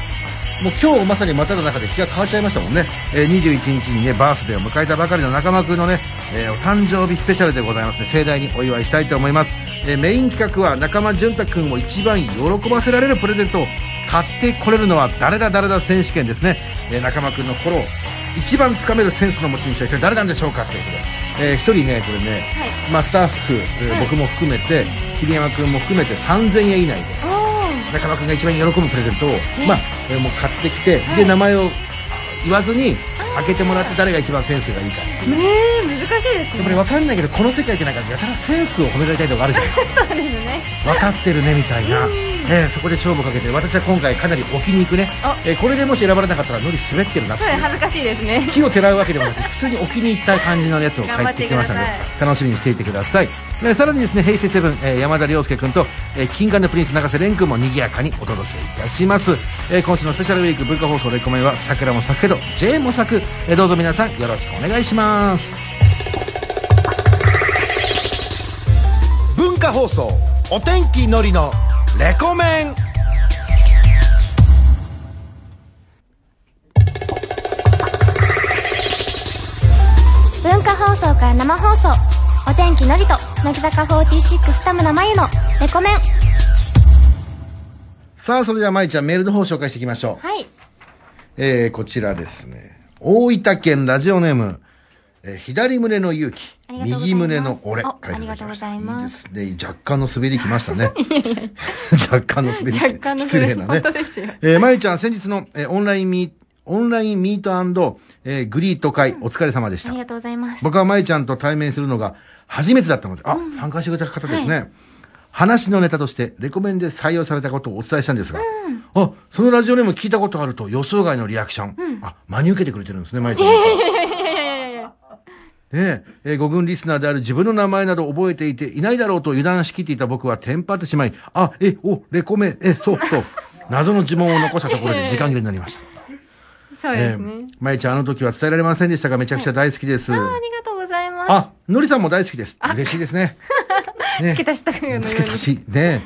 Speaker 1: もう今日まさにまたの中で日が変わっちゃいましたもんね、えー21日にねバースデーを迎えたばかりの中間くんのね、えーお誕生日スペシャルでございますね盛大にお祝いしたいと思います、えーメイン企画は中間淳太くんを一番喜ばせられるプレゼントを買ってこれるのは誰だ誰だ選手権ですね、えー中間くんの心を一番つかめるセンスの持ち主は一体誰なんでしょうかということで、えー一人ねこれね、まあ、スタッフ、えー僕も含めて桐山君も含めて3000円以内で
Speaker 3: おー
Speaker 1: 中間君が一番喜ぶプレゼントを、まあえーもう買ってきて、で名前を言わずに開けてもらって誰が一番センスがいいかって
Speaker 3: ねえ難しいです
Speaker 1: でも
Speaker 3: ね
Speaker 1: ね分かんないけどこの世界ってなんかやたらセンスを褒められたいとこあるじゃない
Speaker 3: *laughs* そうですね
Speaker 1: 分かってるねみたいな、えーそこで勝負かけて私は今回かなりお気に行くね
Speaker 3: あ、
Speaker 1: えーこれでもし選ばれなかったらノリ滑ってるなって
Speaker 3: そ
Speaker 1: い
Speaker 3: う
Speaker 1: う
Speaker 3: です恥ずかしいですね
Speaker 1: 木をてらうわけでもなく普通にお気に入った感じのやつを帰ってきましたので
Speaker 3: 頑張って
Speaker 1: 楽しみにしていてくださいでさらにですね平成セブン、えー山田涼介君と、えー、キングプリンス永瀬廉君も賑やかにお届けいたします、えー今週のスペシャルウィーク文化放送レコメンは桜も咲くけど J も咲く、えーどうぞ皆さんよろしくお願いします文化放送お天気のりのレコメン
Speaker 2: 文化放送から生放送お天気のりと乃木坂46田村真由のレコメン
Speaker 1: さあそれではまいちゃんメールの方紹介していきましょう
Speaker 2: はい
Speaker 1: えーこちらですね。大分県ラジオネーム、えー左胸の勇気
Speaker 2: あり、がとうございます
Speaker 1: 右胸の俺。
Speaker 2: あ
Speaker 1: 書いてただきました
Speaker 2: ありがとうございます
Speaker 1: いいですね。若干の滑りきました
Speaker 2: *laughs*
Speaker 1: ね。 *laughs* 若干の滑りって。
Speaker 3: 若干の滑
Speaker 1: 失
Speaker 3: り
Speaker 1: 礼なね。
Speaker 3: 本当ですよ
Speaker 1: えーまゆちゃん、先日の、えーオンラインミー、オンラインミート、えーグリート会、お疲れ様でし
Speaker 2: あ
Speaker 1: た
Speaker 2: り。がとうございます
Speaker 1: 僕はまゆちゃんと対面するのが初めてだったので、あ、参加してくれた方ですね。話のネタとして、レコメンで採用されたことをお伝えしたんですが、あ、そのラジオでも聞いたことあると予想外のリアクション。あ、真に受けてくれてるんですね、まゆちゃん
Speaker 3: *laughs*
Speaker 1: のこと。ねえ、えー、五軍リスナーである自分の名前など覚えていていないだろうと油断しきっていた僕はテンパってしまい、あ、え、お、レコメン、え、そう、そう、謎の呪文を残したところで時間切れになりました。
Speaker 3: そうですね
Speaker 1: えーまゆちゃん、あの時は伝えられませんでしたが、めちゃくちゃ大好きです。
Speaker 3: ありがとうございます
Speaker 1: あ、のりさんも大好きです。嬉しいです
Speaker 3: *laughs*
Speaker 1: ね。ね
Speaker 3: 付け足したかのように
Speaker 1: 付け足し、ね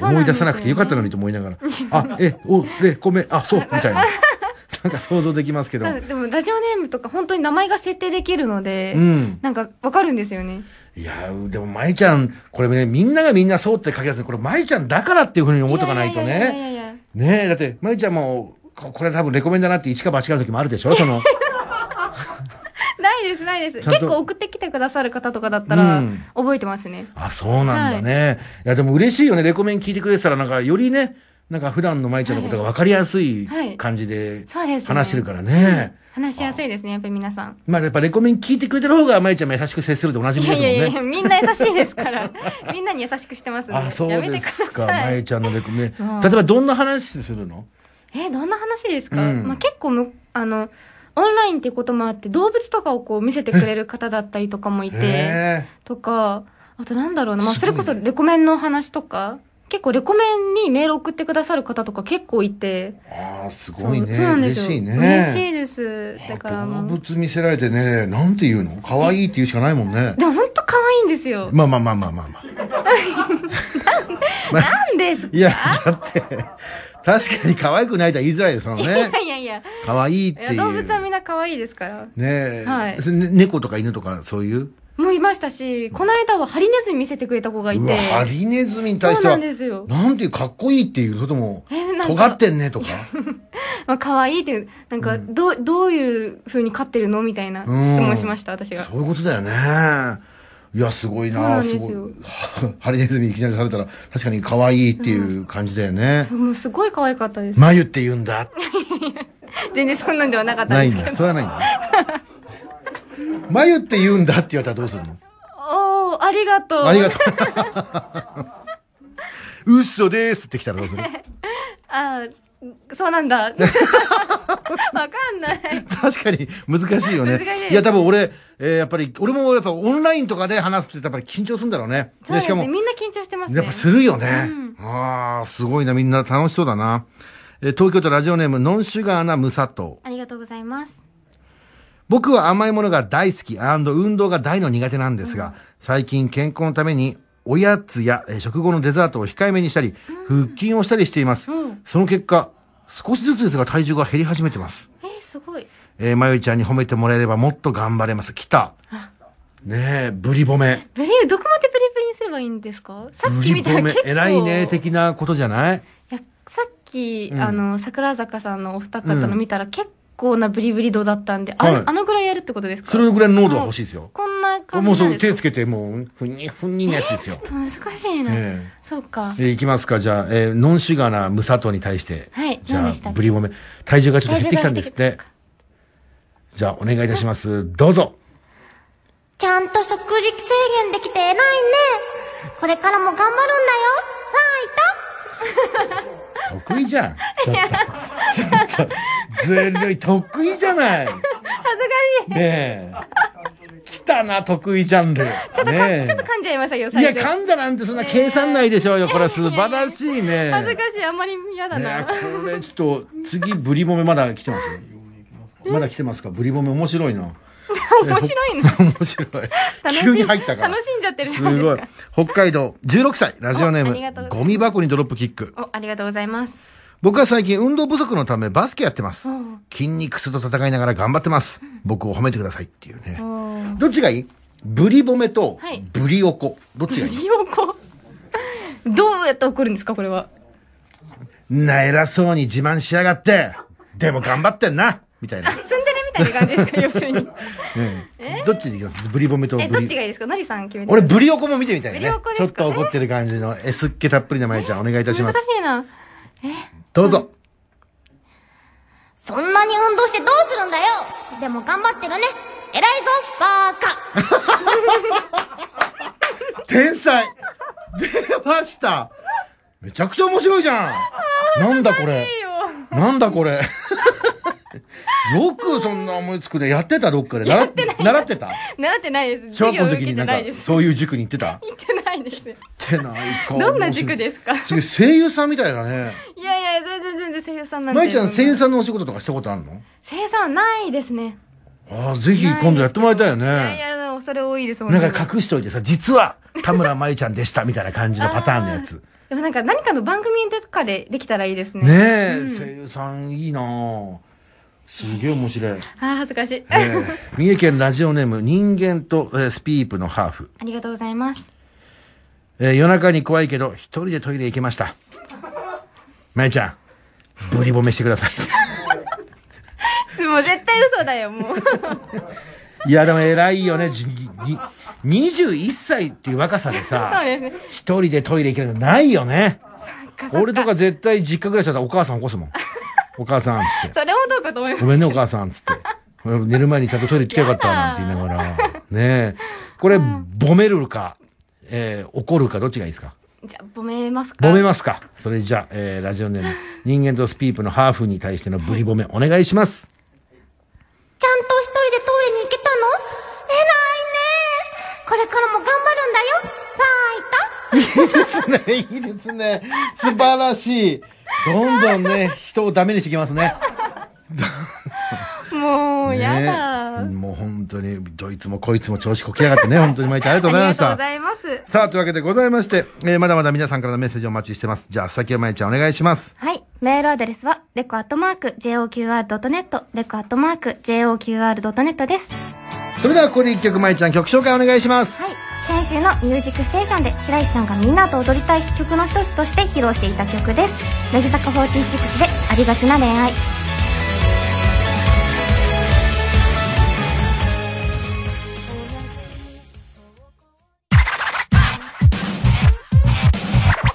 Speaker 3: う
Speaker 1: 思
Speaker 3: ないんですよ
Speaker 1: 出さ
Speaker 3: ね
Speaker 1: なくてよかったのにと思いながら。あ、え、お、で、ごめん、あ、そう、みたいな。 *laughs* なんか想像できますけど。
Speaker 3: *laughs* そうでもラジオネームとか本当に名前が設定できるので、
Speaker 1: うん
Speaker 3: なんかわかるんですよね。
Speaker 1: いやーでも、まいちゃん、これね、みんながみんなそうって書き出すこれ、まいちゃんだからっていうふうに思っとかないと
Speaker 3: ややいや
Speaker 1: ね。
Speaker 3: いやいや
Speaker 1: ねえ、だって、まいちゃんも、ここれ多分レコメンだなって一か八かの時もあるでしょその、
Speaker 3: ないです、ないで
Speaker 1: ち
Speaker 3: す。
Speaker 1: ゃんと
Speaker 3: 結構送ってきてくださる方とかだったら
Speaker 1: うん、
Speaker 3: 覚えてますね。
Speaker 1: あ、そうなんだね。い、や、でも嬉しいよね。レコメン聞いてくれてたら、なんか、よりね、なんか普段のまいちゃんのことが分かりやすい
Speaker 3: はい
Speaker 1: 感じで
Speaker 3: そうですね
Speaker 1: 話してるからね。
Speaker 3: 話しやすいですね、やっぱり皆さん。
Speaker 1: まあやっぱレコメン聞いてくれてる方がまいちゃんも優しく接するでおなじみ
Speaker 3: い
Speaker 1: で
Speaker 3: や
Speaker 1: すもんね。
Speaker 3: いやいやいや、みんな優しいですから。みんなに優しくしてますんで
Speaker 1: あ、そう
Speaker 3: やめ
Speaker 1: で
Speaker 3: て
Speaker 1: す
Speaker 3: く
Speaker 1: か。
Speaker 3: ださ
Speaker 1: ま
Speaker 3: い
Speaker 1: い。ちゃんのレコメン。
Speaker 3: うん
Speaker 1: 例えばどんな話するの
Speaker 3: え、どんな話ですか、
Speaker 1: うん
Speaker 3: まあ、結構む、あの、オンラインっていうこともあって、動物とかをこう見せてくれる方だったりとかもいて。
Speaker 1: へ
Speaker 3: とか、あとなんだろうな、まあ、
Speaker 1: す
Speaker 3: そ
Speaker 1: ごい
Speaker 3: れ
Speaker 1: ね
Speaker 3: こそレコメンの話とか、結構レコメンにメール送ってくださる方とか結構いて、
Speaker 1: え。ああ、すごいね。
Speaker 3: そうなんです
Speaker 1: 嬉し
Speaker 3: よ。
Speaker 1: いね。
Speaker 3: 嬉しいです。だから
Speaker 1: あ動
Speaker 3: もう、
Speaker 1: 物見せられてね、なんて言うの可愛いって言うしかないもんね。
Speaker 3: でも本当可愛いんで
Speaker 1: *laughs*
Speaker 3: すよ。
Speaker 1: まあまあまあまあまあまあ。
Speaker 3: なんです
Speaker 1: いや、だって、確かに可愛くないとは言いづ *laughs* らいですもんね
Speaker 3: いや。いやいや。
Speaker 1: 可愛いっ
Speaker 3: い
Speaker 1: て
Speaker 3: や
Speaker 1: いう。
Speaker 3: 動物はみんな可愛いですから。
Speaker 1: ねえ、
Speaker 3: はい
Speaker 1: それね猫とか犬とかそういう
Speaker 3: もういましたし、この間はハリネズミ見せてくれた子がいう
Speaker 1: わ
Speaker 3: て。
Speaker 1: ハリネズミに対
Speaker 3: そ
Speaker 1: し
Speaker 3: う
Speaker 1: て
Speaker 3: な
Speaker 1: は
Speaker 3: んですよ。
Speaker 1: なんていうかっこいいっていうそれとも
Speaker 3: えなんか
Speaker 1: 尖ってんねとか
Speaker 3: まあ、可愛いって、なんか、どう、どういう風に飼ってるのみたいな質問しました、私が。
Speaker 1: そういうことだよねいや、すごい
Speaker 3: そうな
Speaker 1: な、
Speaker 3: んですすよ
Speaker 1: ごい。ハリネズミいきなりされたら、確かに可愛いっていう感じだよね。
Speaker 3: もうすごい可愛かっ
Speaker 1: *laughs*
Speaker 3: たです。
Speaker 1: 眉って言うんだ。
Speaker 3: 全然そんなんではなかった
Speaker 1: なんい
Speaker 3: です
Speaker 1: ん
Speaker 3: け *laughs* ど。
Speaker 1: だ。それはないんだ。眉って言うんだって言われたらどうするの
Speaker 3: おー、ありがとう。
Speaker 1: ありがとう。 *laughs* 嘘でーすって来たらどうする
Speaker 3: あーそうなんだ。わ *laughs* かんない。
Speaker 1: *laughs* 確かに難しいよね。
Speaker 3: 難しい
Speaker 1: や、多分俺、えーやっぱり、俺もやっぱオンラインとかで話すってやっぱり緊張するんだろうね。
Speaker 3: そうで
Speaker 1: しか
Speaker 3: す
Speaker 1: も
Speaker 3: ね。、みんな緊張してますね。
Speaker 1: やっぱするよね。ああ、すごいな、みんな楽しそうだな。えー東京都ラジオネーム、ノンシュガーな無砂糖。
Speaker 2: ありがとうございます。
Speaker 1: 僕は甘いものが大好き運動が大の苦手なんですが、最近健康のために、おやつやえー食後のデザートを控えめにしたり、腹筋をしたりしています。その結果、少しずつですが体重が減り始めてます。
Speaker 3: えー、すごい。
Speaker 1: えー、まゆちゃんに褒めてもらえればもっと頑張れます。来た。ねえ、ぶり褒め。
Speaker 3: ブリどこまでプリプリにすればいいんですかさっ
Speaker 1: ぶ
Speaker 3: き
Speaker 1: り
Speaker 3: みたい
Speaker 1: 褒
Speaker 3: な
Speaker 1: め
Speaker 3: 結。構
Speaker 1: 偉いね、的なことじゃない
Speaker 3: いやさっき、あの、桜坂さんのお二方の見たら、結構なブリブリ度だったんで、あれ
Speaker 1: はい
Speaker 3: あのぐらいやるってことですか
Speaker 1: それぐらいの濃度が欲しいですよ。
Speaker 3: こんな感じ
Speaker 1: もうそ
Speaker 3: なん
Speaker 1: う、
Speaker 3: です
Speaker 1: 手
Speaker 3: か
Speaker 1: つけて、もう、ふにふにのやつですよ。
Speaker 3: ちょっと難しいな。
Speaker 1: ええ
Speaker 3: そうか。
Speaker 1: えーいきますか、じゃあ、えーノンシュガーな無砂糖に対して。
Speaker 3: はい
Speaker 1: じゃ
Speaker 3: 何でし
Speaker 1: あ、
Speaker 3: たっけ
Speaker 1: ぶり褒め。体重がちょっと減ってきたんですって。じゃあ、お願いいたします。どうぞ。
Speaker 4: ちゃんと食事制限できて偉いね。これからも頑張るんだよ。
Speaker 1: 得意じ
Speaker 3: *laughs*
Speaker 1: ゃん。ちょっと。ちょっと。ずるい、得意じゃない。恥ずかしい。ねえ。来たな、得意ジャンル。
Speaker 3: ちょっとか、
Speaker 1: ねえ
Speaker 3: ちょっと噛んじゃいましたよ、
Speaker 1: い
Speaker 3: 最
Speaker 1: や、
Speaker 3: 初。
Speaker 1: 噛んだなんてそんな計算ないでしょうよ。これは素晴らしいね。
Speaker 3: 恥ずかしい、あんまり嫌だ
Speaker 1: ね
Speaker 3: な。
Speaker 1: これちょっと、次、ブリボメまだ来てますまだ来てますかブリボメ面白いな。
Speaker 3: *laughs* 面白いな。
Speaker 1: *laughs* 面白い。
Speaker 3: 楽しい
Speaker 1: 急に入ったから。
Speaker 3: 楽しんじゃってるじ
Speaker 1: す
Speaker 3: ゃないです
Speaker 1: ごい
Speaker 3: か。。
Speaker 1: 北海道、16歳、ラジオネ
Speaker 3: おありがと
Speaker 1: ー
Speaker 3: う
Speaker 1: ム、
Speaker 3: ござい
Speaker 1: ゴミ箱にドロップキック。
Speaker 3: お、ありがとうございます。
Speaker 1: 僕は最近運動不足のためバスケやってます
Speaker 3: ん。
Speaker 1: 筋肉痛と戦いながら頑張ってます。僕を褒めてくださいっていうね
Speaker 3: お。ー
Speaker 1: どっちがいいブリボメと
Speaker 3: はい
Speaker 1: ブリオコ。どっちがいい
Speaker 3: ひよこ。どうやって怒るんですか、これは。
Speaker 1: な、偉そうに自慢しやがって。でも頑張ってんな。みたいな。
Speaker 3: ツンデレみたいな感じですか、要する
Speaker 1: *laughs*
Speaker 3: に。
Speaker 1: うんどっちでいきますブリボメとブ
Speaker 3: え、どっち
Speaker 1: リ。
Speaker 3: がいいですかのりさん決めて。
Speaker 1: 俺、ブリオコも見てみたい
Speaker 3: ブ
Speaker 1: ね
Speaker 3: リオコ。で
Speaker 1: ちょっ
Speaker 3: すか
Speaker 1: と怒ってる感じの、エスっ気たっぷりなまゆちゃん、お願いいたしま
Speaker 3: 難し
Speaker 1: す。
Speaker 3: いな。
Speaker 1: どうぞ。
Speaker 4: そんなに運動してどうするんだよ。でも頑張ってるね。偉いぞ、バーカ。
Speaker 1: 天才出ましためちゃくちゃ面白いじゃんなんだこれ
Speaker 3: いいよ。
Speaker 1: なんだこれ *laughs* よくそんな思いつくね。やってたどっかで。習って習ってた
Speaker 3: 習ってないです。
Speaker 1: 小学
Speaker 3: 授
Speaker 1: 校
Speaker 3: 業
Speaker 1: の
Speaker 3: 受
Speaker 1: 時
Speaker 3: け
Speaker 1: になん
Speaker 3: て
Speaker 1: か
Speaker 3: ないで、す。
Speaker 1: そういう塾に行ってた
Speaker 3: 行ってないです。
Speaker 1: 行ってないか。
Speaker 3: どんな塾ですか
Speaker 1: すごい声優さんみたいだね。
Speaker 3: いやいや、全然全然声優さんなんで。
Speaker 1: まゆちゃん声優さんのお仕事とかしたことあるの
Speaker 3: 生産ないですね。
Speaker 1: ああ、ぜひ今度やってもらいたいよね。
Speaker 3: いやいや、恐れ多いです、
Speaker 1: なん
Speaker 3: 本当に
Speaker 1: か隠しといてさ、実は田村まゆちゃんでしたみたいな感じのパターンのやつ。
Speaker 3: でもなんか何かの番組とかでできたらいいですね。
Speaker 1: ねえ、声優さんいいなぁ。すげえ面白い。
Speaker 3: あー恥ずかしい。
Speaker 1: えー三重県ラジオネーム人間と、えースピープのハーフ。
Speaker 3: *laughs* ありがとうございます。
Speaker 1: えー夜中に怖いけど、一人でトイレ行きました。まゆちゃん、ブリ褒めしてください。
Speaker 3: もう絶対嘘だ
Speaker 1: *laughs*
Speaker 3: よ、もう。
Speaker 1: いや、でも偉いよね。じに21歳っていう若さで
Speaker 3: *laughs* そ
Speaker 1: さ
Speaker 3: う、ですね。
Speaker 1: 一人でトイレ行けるのないよね。
Speaker 3: か
Speaker 1: 俺とか絶対実家暮らしだったらお母さん起こすもん。お母さん、つって。
Speaker 3: それもどうかと思います
Speaker 1: ご。めんね、お母さん、つって。寝る前にちゃんとトイレ行ってきゃよかった、なんて言いながら。ねえ。これ、褒めるか、えー怒るか、どっちがいいですか
Speaker 3: じゃあ、褒めますか
Speaker 1: 褒めますかそれじゃあ、えーラジオネーム、人間とスピープのハーフに対してのブリ褒め、お願いします。
Speaker 4: ちゃんと一人でトイレに行けたの偉いね。これからも頑張るんだよ。ファイト。
Speaker 1: いいですね、いいですね。素晴らしい。どんどんね、人をダメにしてきますね。
Speaker 3: もう、 *laughs* やだ。
Speaker 1: ねえもう本当に、どいつもこいつも調子こきやがってね、本当に毎日ありがとうございまし
Speaker 3: あ
Speaker 1: た
Speaker 3: り。がとうございます。
Speaker 1: さあ、というわけでございまして、えーまだまだ皆さんからのメッセージをお待ちしてます。じゃあ、先まゆちゃんお願いします。
Speaker 2: はい。メールアドレスは、レコアットマーク、JOQR.net、レコアットマーク、JOQR.net です。
Speaker 1: それでは、ここで一曲まゆちゃん曲紹介お願いします。
Speaker 2: はい。先週のミュージックステーションで白石さんがみんなと踊りたい曲の一つとして披露していた曲です。乃木坂46でありがちな恋愛。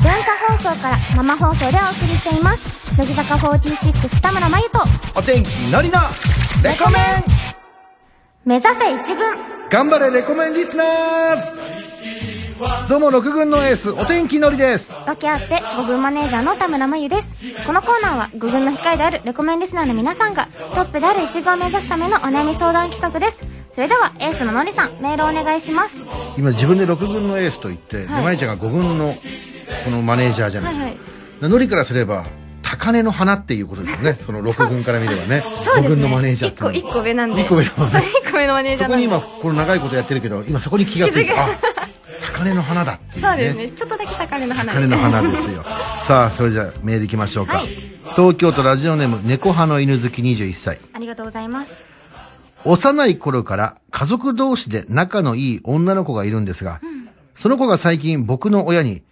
Speaker 2: 生放送でお送りしています乃木坂46田村真由と
Speaker 1: お天気のりのレコメ
Speaker 2: 目指せ一軍
Speaker 1: ン頑張れレコメンリスナーズどうも6軍のエースお天気のりです
Speaker 2: 分け合って5軍マネージャーの田村真由ですこのコーナーは5軍の控えであるレコメンリスナーの皆さんがトップである一軍を目指すためのお悩み相談企画ですそれではエースののりさんメールお願いします
Speaker 1: 今自分で6軍のエースと言って、
Speaker 2: はい
Speaker 1: まいちゃんが5軍のこのマネージャーじゃないですか、のりからすれば高根の花っていうことですよ
Speaker 3: *laughs*
Speaker 1: ねその6軍から見ればね
Speaker 3: そう
Speaker 1: 5
Speaker 3: です
Speaker 1: 軍
Speaker 3: ね
Speaker 1: のマネージャーっ
Speaker 3: 一
Speaker 1: て
Speaker 3: 個
Speaker 1: いう
Speaker 3: 一個上なんで
Speaker 1: 一個上だもんね
Speaker 3: *laughs* 一個上のマネージ
Speaker 1: そ
Speaker 3: ャー
Speaker 1: こ
Speaker 3: なん
Speaker 1: に
Speaker 3: で
Speaker 1: 今この長いことやってるけど今そこに気がつい
Speaker 3: 気
Speaker 1: て
Speaker 3: づけ
Speaker 1: あ高根の花だっていう
Speaker 3: そうですねちょっとだけ高値の花
Speaker 1: 高根の花
Speaker 3: *laughs*
Speaker 1: ですよさあそれじゃあメールいきましょうか、東京都ラジオネーム猫派の犬好き21歳
Speaker 2: ありがとうございます
Speaker 1: 幼い頃から家族同士で仲のいい女の子がいるんですが、その子が最近僕の親に、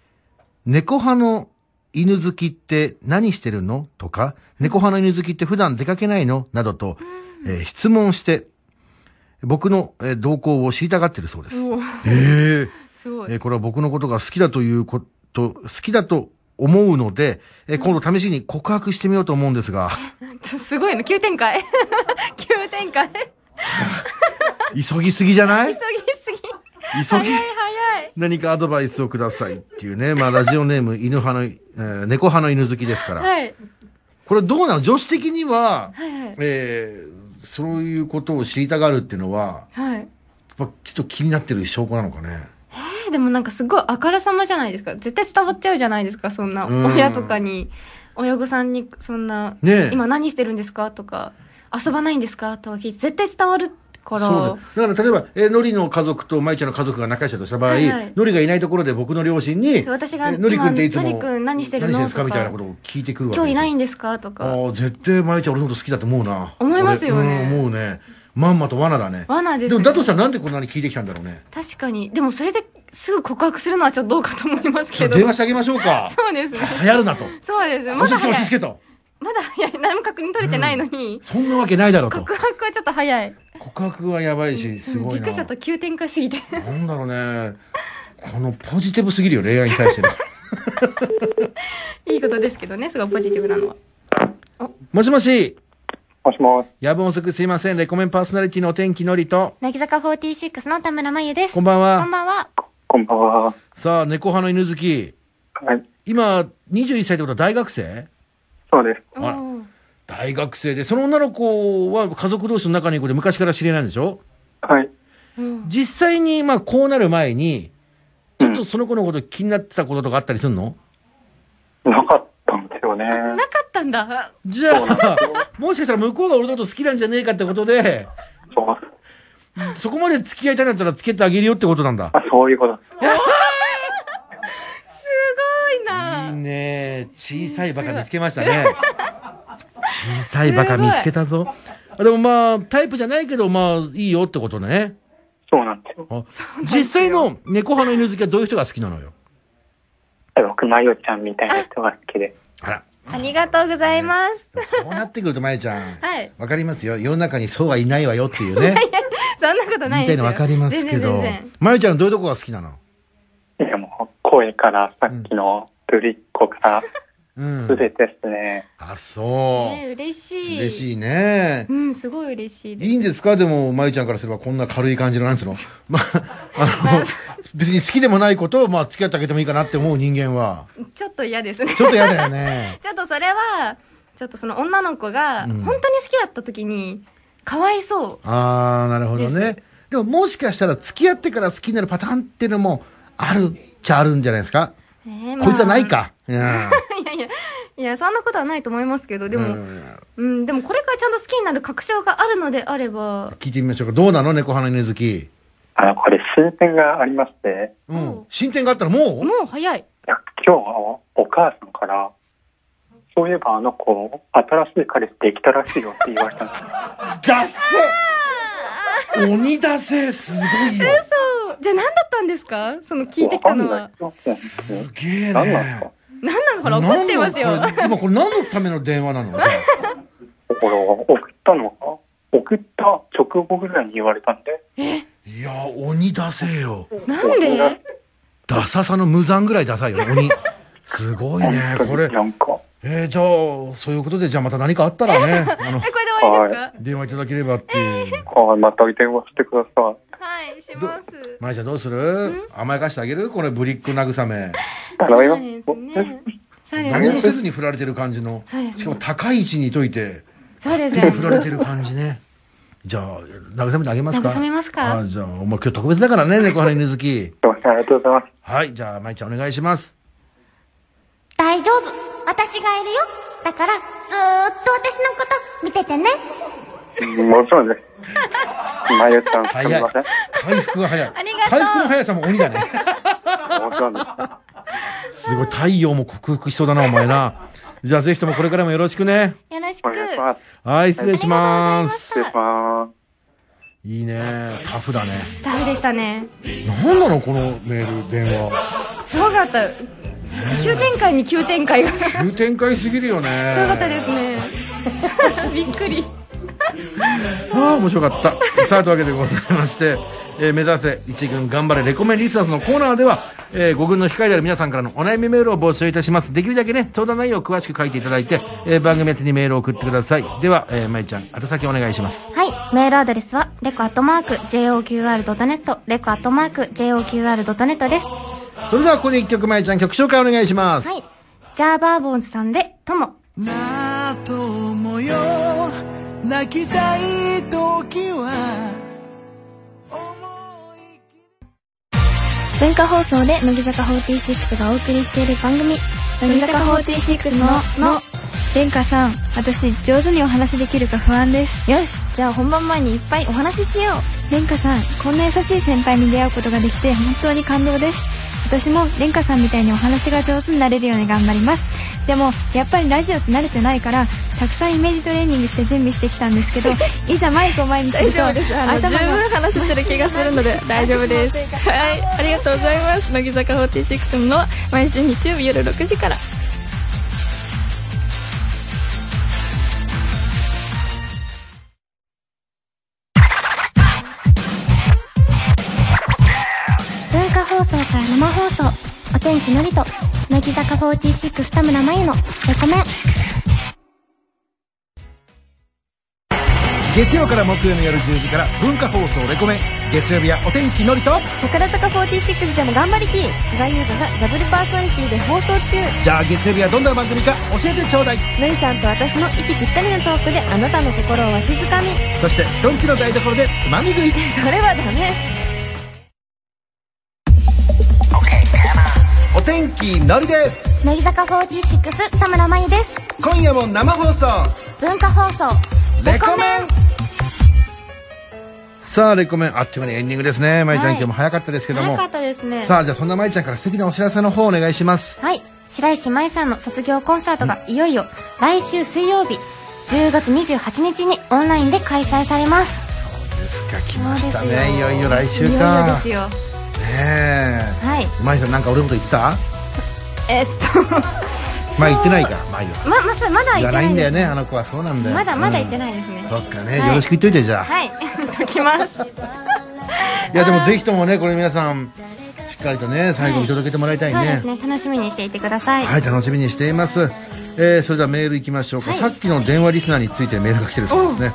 Speaker 1: 猫派の犬好きって何してるのとか、猫派の犬好きって普段出かけないのなどと、えー質問して、僕の、えー動向を知りたがってるそうです。ええ
Speaker 3: すごい *laughs*
Speaker 1: えーこれは僕のことが好きだということ、好きだと思うので、えー今度試しに告白してみようと思うんです *laughs* が、
Speaker 3: すごいの急展開 *laughs* 急展開急ぎ
Speaker 1: 急ぎすぎじゃない
Speaker 3: すぎ
Speaker 1: 急ぎ。
Speaker 3: 早い
Speaker 1: 何かアドバイスをくださいっていうね。まあ、ラジオネーム、犬派の、えー猫派の犬好きですから。
Speaker 3: はい
Speaker 1: これどうなの女子的には、
Speaker 3: はい
Speaker 1: えーそういうことを知りたがるっていうのは、
Speaker 3: はい
Speaker 1: やっぱちょっと気になってる証拠なのかね。
Speaker 3: えでもなんかすごいあからさまじゃないですか絶対伝わっちゃうじゃないですかそんな
Speaker 1: うん
Speaker 3: 親とかに親御さんにそんな、
Speaker 1: ねえ
Speaker 3: 今何してるんですかとか遊ばないんですかとか聞いて絶対伝わるから
Speaker 1: そうだ。だから例えば、えーのりの家族とまいちゃんの家族が仲良しだとした場合、
Speaker 3: はいはい
Speaker 1: のりがいないところで僕の両親に、
Speaker 3: そう私が
Speaker 1: えーのりくんっていつも、
Speaker 3: 今のりくん何してるの
Speaker 1: 何んですか
Speaker 3: と
Speaker 1: み
Speaker 3: か
Speaker 1: たいなことを聞いてくるわけ
Speaker 3: 今日いないいんですかと
Speaker 1: ああ
Speaker 3: か
Speaker 1: ー、絶対まいちゃん俺のこと好きだと思うな。
Speaker 3: 思いますよ
Speaker 1: 俺
Speaker 3: ね
Speaker 1: うん、思うね。まんまと罠だね。
Speaker 3: 罠ですね
Speaker 1: でも、だとしたらなんでこんなに聞いてきたんだろうね。
Speaker 3: 確かにでもそれですぐ告白するのはちょっとどうかと思います
Speaker 1: ちょ
Speaker 3: け
Speaker 1: っ
Speaker 3: ど
Speaker 1: と電話
Speaker 3: そ
Speaker 1: してあげましょうか。
Speaker 3: うですね
Speaker 1: 流行るなと。
Speaker 3: そうですねま
Speaker 1: 落ち着
Speaker 3: だ
Speaker 1: け落
Speaker 3: 早
Speaker 1: ち
Speaker 3: い
Speaker 1: 着けと。
Speaker 3: まだ早い何も確認取れてないのに、
Speaker 1: そんなわけないだろうと
Speaker 3: 告。白はちょっと早い
Speaker 1: 告白はやばいし、すご
Speaker 3: び
Speaker 1: い
Speaker 3: っ
Speaker 1: な。
Speaker 3: くりしちゃった急展開すぎて *laughs*
Speaker 1: なんだろうね。このポジティブすぎるよ、恋愛に対して
Speaker 3: *laughs*
Speaker 1: ね。
Speaker 3: いいことですけどねすごいポジティブなのは
Speaker 1: もしもし。
Speaker 5: もしもし。
Speaker 1: 夜分遅くすいません。レコメンパーソナリティのお天気のりと。
Speaker 2: 乃木坂46の田村真由です
Speaker 1: こんばん
Speaker 2: こ
Speaker 1: は。
Speaker 2: んばんは
Speaker 5: こんばんは。
Speaker 1: さあ、猫派の犬好き。
Speaker 5: はい。
Speaker 1: 今、21歳ってことは大学生
Speaker 5: そうです。
Speaker 1: あら
Speaker 3: おー
Speaker 1: 大学生で、その女の子は家族同士の中にいる子で昔から知り合いなんでしょ
Speaker 5: はい。
Speaker 3: うん
Speaker 1: 実際に、まあ、こうなる前に、
Speaker 5: う
Speaker 1: ちょっ
Speaker 5: ん
Speaker 1: と。その子のこと気になってたこととかあったりするの
Speaker 5: なかったんですよね。
Speaker 3: なかったんだ
Speaker 1: じゃあ、もしかしたら向こうが俺のこと好きなんじゃねえかってことで、
Speaker 5: そう。
Speaker 1: そこまで付き合いたいんだったら付き合ってあげるよってことなんだ。
Speaker 5: あ、そういうこと。
Speaker 3: すごい
Speaker 1: いい
Speaker 3: な
Speaker 1: ね小さいバカ見つけましたね。小さいバカ見つけたぞ。あでもまあ、タイプじゃないけど、まあ、いいよってことね。
Speaker 5: そうなんですよ。
Speaker 1: あ実際の猫派の犬好きはどういう人が好きなのよ。
Speaker 5: 僕、まよちゃんみたいな人が好きで。
Speaker 1: あら。
Speaker 3: ありがとうございます
Speaker 1: でもそうなってくると、まえちゃん。
Speaker 3: はい
Speaker 1: わかりますよ。世の中にそうはいないわよって
Speaker 3: *laughs*
Speaker 1: いうね。
Speaker 3: そんなことな
Speaker 1: 言いた
Speaker 3: いで
Speaker 1: い
Speaker 3: すよ
Speaker 1: のわかりますけ
Speaker 3: 全然
Speaker 1: ど
Speaker 3: 全然。
Speaker 1: まゆちゃんどういうとこが好きなの
Speaker 5: いや、もう、声からさっきのぶりっ子から、
Speaker 1: うん
Speaker 5: す。べてですね。
Speaker 1: あ、そ
Speaker 3: ね嬉し
Speaker 1: う。
Speaker 3: い
Speaker 1: 嬉
Speaker 3: い
Speaker 1: しいね。
Speaker 3: うんすごい嬉しいです
Speaker 1: いいんですかでも、まゆちゃんからすればこんな軽い感じの、なんつうの *laughs* まあ、あ
Speaker 3: *laughs*
Speaker 1: の、別に好きでもないことを、まあ、付き合ってあげてもいいかなって思う人間
Speaker 3: *laughs*
Speaker 1: は、
Speaker 3: ちょっと嫌ですね
Speaker 1: ちょっと嫌だよね。
Speaker 3: ちょっとそれは、ちょっとその女の子が、
Speaker 1: う
Speaker 3: 本当
Speaker 1: ん
Speaker 3: に好きだった時に、かわいそ
Speaker 1: あー、なるほどね
Speaker 3: で。
Speaker 1: でも、もしかしたら付き合ってから好きになるパターンっていうのも、あるっちゃあるんじゃないですか
Speaker 3: う。えー
Speaker 1: こいつはない。
Speaker 3: まあ *laughs*
Speaker 1: か。うん。
Speaker 3: いやいや、いや、そんなことはないと思いますけど、で
Speaker 1: う
Speaker 3: も、
Speaker 1: ん
Speaker 3: うん、でもこれからちゃんと好きになる確証があるのであれば、
Speaker 1: 聞いてみましょうか。どうなの猫派の犬好き。
Speaker 5: あの、これ、進展がありまして、
Speaker 1: う
Speaker 3: うんん。
Speaker 1: 進展があったらもう
Speaker 3: もう早い。
Speaker 5: いや今日、お母さんから、そういえばあの子、新しい彼氏できたらしいよって言われたんですよ。
Speaker 1: だせ鬼だせすごいよ。
Speaker 3: そう。じゃあ何だったんですかその聞いてきたのは。
Speaker 5: わかんないですよ。本
Speaker 1: すげえね。
Speaker 5: 当に何なんですか
Speaker 3: 何なのほら、怒ってますよ
Speaker 1: な。んだこれ今これ何のための電話なの
Speaker 3: *laughs*
Speaker 1: じゃ
Speaker 5: だから、送ったのが、送った直後ぐらいに言われたんで、
Speaker 1: あいやー、鬼出せよ。
Speaker 3: なんで
Speaker 1: ダサさの無残ぐらいダサいよね、鬼。すごいね。これ、
Speaker 5: なんか。
Speaker 1: えー、じゃあ、そういうことで、じゃあまた何かあったらね、
Speaker 3: *laughs*
Speaker 1: あの
Speaker 3: え、、これで終わりですか
Speaker 1: 電話いただければっていう。
Speaker 5: はい、また電話してください。
Speaker 3: はい、します。
Speaker 1: まいちゃんどうする甘やかしてあげるこれ、ブリック慰め。
Speaker 5: 頼み
Speaker 3: そ
Speaker 5: ま
Speaker 3: うで
Speaker 5: す。
Speaker 3: すね。そうです
Speaker 1: 何も
Speaker 3: ね。
Speaker 1: せずに振られてる感じの
Speaker 3: そうです。ね
Speaker 1: しかも高い位置にいといて、
Speaker 3: そうですよ
Speaker 1: 振られてる感じね。じゃあ、慰めてあげますか
Speaker 3: 慰めますか
Speaker 1: あじゃあ、お前今日特別だからね、猫原犬好き。
Speaker 5: すいません、ありがとうございます。
Speaker 1: はい、じゃあ、まいちゃんお願いします。
Speaker 2: 大丈夫。私がいるよ。だから、ずーっと私のこと見ててね。
Speaker 5: もちろんで
Speaker 3: *laughs*
Speaker 5: す。まゆさん、す
Speaker 1: 早
Speaker 5: み
Speaker 1: い
Speaker 5: ません。。
Speaker 1: 回復が早い。
Speaker 3: ありがとう
Speaker 1: 回復の速さも鬼だね。
Speaker 5: もちろんです。
Speaker 1: すごい、太陽も克服しそうだな、お前な。じゃあ、ぜひともこれからもよろしくね。
Speaker 3: よろしく。
Speaker 5: お願いします。
Speaker 1: はい、失礼します。
Speaker 5: 失礼します。
Speaker 1: いいね。タフだね。
Speaker 3: ダメでしたね。
Speaker 1: なんなのこのメール、電話。
Speaker 3: すごかった。急展開に急展開が。すご
Speaker 1: 急展開すぎるよね。
Speaker 3: かったですね。 *laughs* びっくり。
Speaker 1: ああ、面白かった。さあ、というわけでございまして、えー目指せ一軍頑張れレコメンリスナーズのコーナーでは、え5軍の控えである皆さんからのお悩みメールを募集いたします。できるだけね、相談内容を詳しく書いていただいて、えー番組宛てにメールを送ってください。では、えー、まいちゃん、宛先お願いします。
Speaker 2: はい。メールアドレスは、レコアットマーク、JOQR.net、レコアットマーク、JOQR.net です。
Speaker 1: それでは、ここで一曲まいちゃん曲紹介お願いします。
Speaker 2: はい。ジャーバーボーンズさんで、とも。
Speaker 6: なあと思うよ泣きたい時は思い切り
Speaker 2: 文化放送で乃木坂46がお送りしている番組乃木坂46のの殿下さん私上手にお話できるか不安ですよしじゃあ本番前にいっぱいお話ししよう殿下さんこんな優しい先輩に出会うことができて本当に感動です私も殿下さんみたいにお話が上手になれるように頑張りますでもやっぱりラジオって慣れてないからたくさんイメージトレーニングして準備してきたんで
Speaker 7: *laughs*
Speaker 2: すけどいざマイクを前にする
Speaker 7: 大
Speaker 2: と
Speaker 7: 丈夫です。あの十
Speaker 2: 頭
Speaker 7: 分
Speaker 2: が
Speaker 7: 話せてる気がするので大丈夫
Speaker 2: *laughs*
Speaker 7: です。はい、ありがとうございます。乃木坂46の毎週日曜日夜6時から。
Speaker 2: 文化放送から生放送お天気のりと乃木坂46田村真由のレコメン
Speaker 1: 月曜から木曜の夜10時から、文化放送レコメン。月曜日はお天気のりと、
Speaker 3: 桜坂46でも頑張りき菅井優香がダブルパーソナリティで放送中
Speaker 1: じゃあ月曜日はどんな番組か教えてちょうだい。
Speaker 3: のりさんと私の息ぴったりなトークであなたの心をわしづかみ
Speaker 1: そして、ドンキの台所でつまみ食い。
Speaker 3: それはダメ
Speaker 1: お天気のりです。
Speaker 2: 乃木坂46田村真由です
Speaker 1: 今夜も生放送
Speaker 2: 文化放送
Speaker 1: レコメンさあレコメンあっという間にエンディングですねまいちゃん、今日も早かったですけども
Speaker 3: 早かったですね
Speaker 1: さあじゃあそんなまいちゃんから素敵なお知らせの方お願いします
Speaker 2: はい白石麻衣さんの卒業コンサートがいよいよ来週水曜日10月28日にオンラインで開催されます
Speaker 1: ですか来ました
Speaker 2: そうです
Speaker 1: ね
Speaker 2: よ
Speaker 1: いよいよ来週
Speaker 3: いよいよ
Speaker 1: か
Speaker 3: ですよ
Speaker 1: ね
Speaker 2: はい
Speaker 1: えまいさんなんか俺のこと言ってた
Speaker 3: えっ
Speaker 1: まあ言ってないかまあいいよ
Speaker 3: とままさまだ
Speaker 1: 言
Speaker 3: 言
Speaker 1: わな
Speaker 3: ってないい
Speaker 1: んだ
Speaker 3: で
Speaker 1: よ
Speaker 3: す
Speaker 1: ねあの子はそうなんだよ
Speaker 3: まだまだ言って
Speaker 1: い、
Speaker 3: ないですね、
Speaker 1: うんそっかね、
Speaker 3: はい
Speaker 1: よろしく言っといてじゃあ、
Speaker 3: はい解きます
Speaker 1: い、やでもぜひともねこれ皆さんしっかりとね最後見届けてもらいたい
Speaker 2: そう
Speaker 1: ね
Speaker 2: ですね楽しみにしていてください
Speaker 1: はい、楽しみにしています。えー、それではメール行きましょうか、さっきの電話リスナーについてメールが来てるそうですね。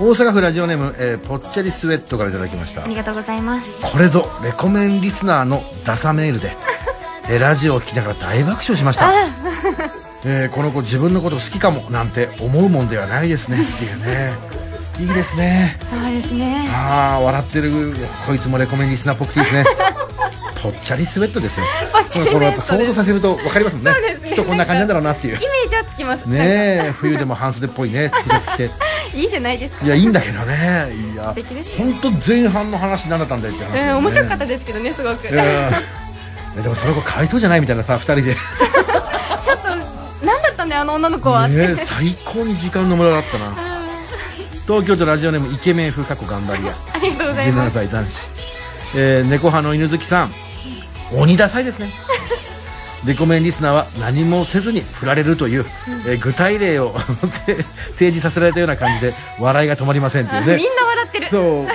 Speaker 1: 大阪府ラジオネーム、えー、ぽっちゃりスウェットからいただきました
Speaker 2: あ。りがとうございます
Speaker 1: これぞ、レコメンリスナーのダサメール
Speaker 3: *laughs*
Speaker 1: で、えーラジオを聞きながら大爆笑しました。 *laughs* えー、この子自分のこと好きかもなんて思うもんではないですねっていうね。いいですね。
Speaker 3: そうですね
Speaker 1: ああ、笑ってる、こいつもレコメンリスナーっぽくていいです
Speaker 3: *laughs*
Speaker 1: ね。ぽっちゃりスウェットですよ。このこれやっぱ想像させると分かりますもんね。きっとこんな感じなんだろうなっていう
Speaker 3: イ。メージはつきます
Speaker 1: ねえ冬でも半袖っぽいね T シャツ着て
Speaker 3: いいじゃないですか
Speaker 1: いやいいんだけどねいや
Speaker 3: 敵ですね
Speaker 1: 本当前半の話何だったんだよって話、
Speaker 3: う
Speaker 1: ね
Speaker 3: ん面白かったですけどねすごくちょっ
Speaker 1: うんいや *laughs* でもその子かわいそうじゃないみたいなさ2人で、ね
Speaker 3: と何だったんだよあの女の子は、
Speaker 1: え、最高に時間の無駄だったな東京都ラジオネームイケメン風過去頑張り屋
Speaker 3: ありがとうございま
Speaker 1: 17
Speaker 3: す
Speaker 1: 歳男子、えー、猫派の犬好きさん鬼ダサいですねレコメンリスナーは何もせずに振られるという、えー具体例を提示させられたような感じで笑いが止まりませんっていう
Speaker 3: みん
Speaker 1: ね
Speaker 3: な笑ってる
Speaker 1: そ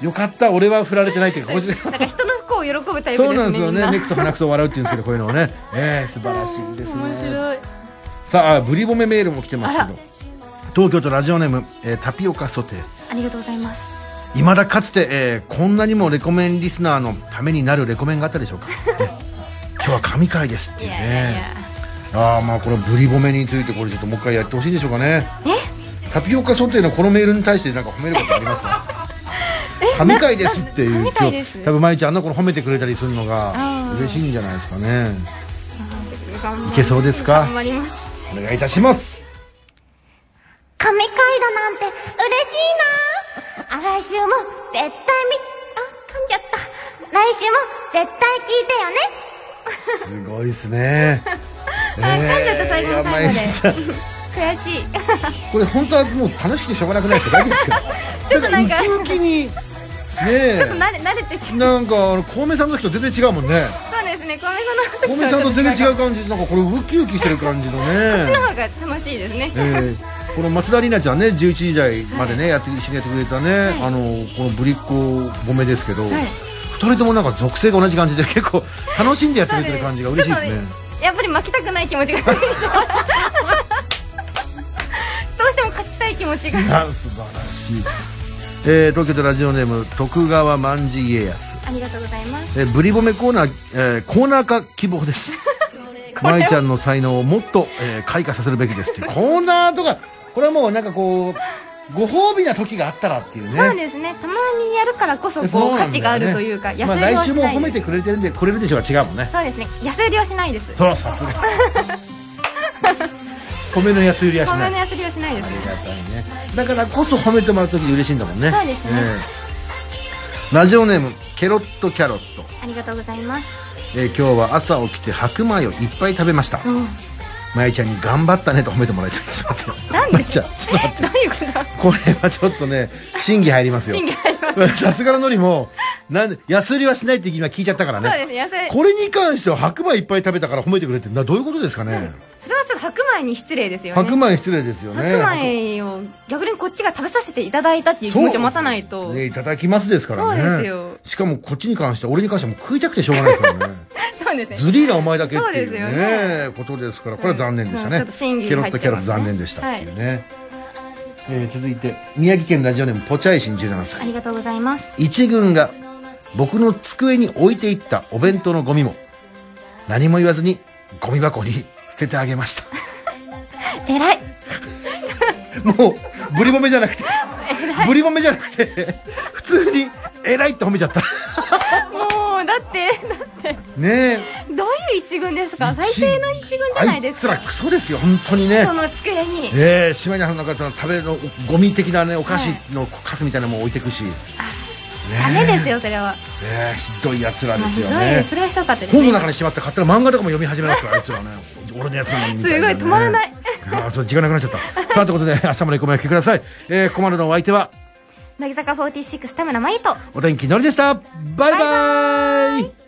Speaker 1: うよかった俺は振られてないというかこっちで
Speaker 3: なんか人の不幸を喜ぶタイプですね
Speaker 1: そうなんですよ
Speaker 3: み
Speaker 1: ね。
Speaker 3: な
Speaker 1: 目くそ鼻くそ笑うっていうんですけど、こういうのを
Speaker 3: *laughs*
Speaker 1: ね。ええ素晴らしいです
Speaker 3: 面
Speaker 1: ね。
Speaker 3: 白い
Speaker 1: さあ、ブリボメメールも来てますけ
Speaker 3: あら
Speaker 1: ど。東京都ラジオネーム、えータピオカソテー。
Speaker 3: ありがとうございます
Speaker 1: いまだかつて、えーこんなにもレコメンリスナーのためになるレコメンがあったでしょう
Speaker 3: *laughs*
Speaker 1: か、ね今日は神回ですっていうねああまあこのブリボメについてこれちょっともう一回やってほしいでしょうかねタピオカソテーのこのメールに対してなんか褒めることありますか
Speaker 3: *laughs*
Speaker 1: 神回ですっていう
Speaker 3: な神回です
Speaker 1: 今日多分まゆちゃんのこの褒めてくれたりするのが嬉しいんじゃないですかねいけそうですか
Speaker 3: 頑張ります
Speaker 1: お願いいたします
Speaker 2: 神回だなんて嬉しいなあ来週も絶対み、あ、噛んじゃった。来週も絶対聞いてよね
Speaker 1: すごいです
Speaker 3: *laughs*
Speaker 1: ねえ
Speaker 3: 噛んじゃった最後の最後で
Speaker 1: いやまゆちゃん
Speaker 3: 悔しい *laughs*
Speaker 1: これ本当はもう楽しくてしょうがなくないですか大丈夫ですか
Speaker 3: ちょっとなんか
Speaker 1: だらウキウキにねえ
Speaker 3: 慣れ慣れてきた
Speaker 1: なんかあの小梅さんの時と全然違うもん
Speaker 3: *laughs*
Speaker 1: ね
Speaker 3: そうですね小梅さん
Speaker 1: 小
Speaker 3: の
Speaker 1: 梅さんと全然違う感じなんかこれウキウキしてる感じの
Speaker 3: *laughs* そっちの
Speaker 1: ね、
Speaker 3: 方が楽しいですね
Speaker 1: ええこの松田里奈ちゃんね11時台までね、やって一緒にやってくれたね、あのこのぶりっ子褒めですけど、二人ともなんか属性が同じ感じで結構楽しんでやってくれてる感じが嬉しいですね
Speaker 3: やっぱり負けたくない気持ちがどうしても勝ちたい気持ちが
Speaker 1: *laughs* あ素晴らしい、えー東京都ラジオネーム徳川万事家康
Speaker 3: ありがとうございます
Speaker 1: えーブリボメコーナー、えーコーナー化希望
Speaker 3: *laughs*
Speaker 1: です。舞ちゃんの才能をもっと、えー開花させるべきですっていう
Speaker 3: *laughs*
Speaker 1: コーナーとか、これはもうなんかこう、ご褒美な時があったらっていうね。
Speaker 3: そうですねたまにやるからこそこう価値があるというか
Speaker 1: まあ
Speaker 3: りは
Speaker 1: 来
Speaker 3: し
Speaker 1: 週も
Speaker 3: ない
Speaker 1: 褒めてくれてるんで、くれるでしょうは違うもんね。
Speaker 3: そうですね安売りはしないです
Speaker 1: そう、さす
Speaker 3: *laughs*
Speaker 1: が。米の安売りはし
Speaker 3: そん
Speaker 1: な。
Speaker 3: ないに安売りはしないです
Speaker 1: ありがたいね。だからこそ褒めてもらう時嬉しいんだもんね。
Speaker 3: そうですね
Speaker 1: えラジオネーム、ケロットキャロット。
Speaker 3: ありがとうございます
Speaker 1: えー今日は朝起きて白米をいっぱい食べました、まゆちゃんに頑張ったねと褒めてもらいたいちょっと待ってまゆちゃんちょっと待って
Speaker 3: どういうことだ
Speaker 1: これはちょっとね審議入りますよ
Speaker 3: 審議入りま
Speaker 1: さすがののりもなんで安売りはしないって今聞いちゃったからね
Speaker 3: そうですね安売り
Speaker 1: これに関しては白米いっぱい食べたから褒めてくれってなどういうことですかね、
Speaker 3: それはちょっと白米に失礼ですよね
Speaker 1: 白米失礼ですよね
Speaker 3: 白米を逆にこっちが食べさせていただいたっていう気
Speaker 1: そう
Speaker 3: 持ちを持たないと、
Speaker 1: ね、いただきますですからね
Speaker 3: そうですよ
Speaker 1: しかもこっちに関しては俺に関してはもう食いたくてしょうがないからね
Speaker 3: そうですね
Speaker 1: ズリーなお前だけっていう
Speaker 3: そうです
Speaker 1: ねことですからこれは残念でしたね、
Speaker 3: うんちょっと審議
Speaker 1: ケ
Speaker 3: 入
Speaker 1: ロ
Speaker 3: っ
Speaker 1: ッ
Speaker 3: ちゃ
Speaker 1: とキャ
Speaker 3: いますね
Speaker 1: ロット残念でしたっていうね、えー続いて宮城県ラジオネームポチャイシン17
Speaker 2: あ
Speaker 1: 歳
Speaker 2: りがとうございます。
Speaker 1: 一軍が僕の机に置いていったお弁当のゴミも何も言わずにゴミ箱に *laughs* 捨ててあげました
Speaker 2: 偉い。
Speaker 1: もうブリボメじゃなく
Speaker 3: *laughs*
Speaker 1: てブリボメじゃなくて普通に偉いって褒めちゃった
Speaker 3: *laughs* もうだってだって
Speaker 1: ね
Speaker 3: どういう一軍ですか
Speaker 1: え
Speaker 3: 最低の一軍じゃないです
Speaker 1: あ
Speaker 3: か
Speaker 1: いつらクソですよ本当にね
Speaker 3: この机に
Speaker 1: ええ島根の中さんの食べのゴミ的なねお菓子のカスみたいなのも置いてくし、ね
Speaker 3: ダメですよそれは
Speaker 1: えひどいやつらです
Speaker 3: ひ
Speaker 1: よ
Speaker 3: どい
Speaker 1: ね
Speaker 3: それはひどかったです
Speaker 1: 本の
Speaker 3: ね
Speaker 1: 中にしまって買ったら漫画とかも読み始めますからあいつらね
Speaker 3: *laughs*
Speaker 1: 俺のやつなのにみたいな、ね、
Speaker 3: すごい止まらない
Speaker 1: ああそう時間なくなっちゃったさあということで明日もレコメンお聞きください、えー、ここまでのお相手は
Speaker 2: 乃木坂46田村真由と。
Speaker 1: お天気のりでしたバイバイ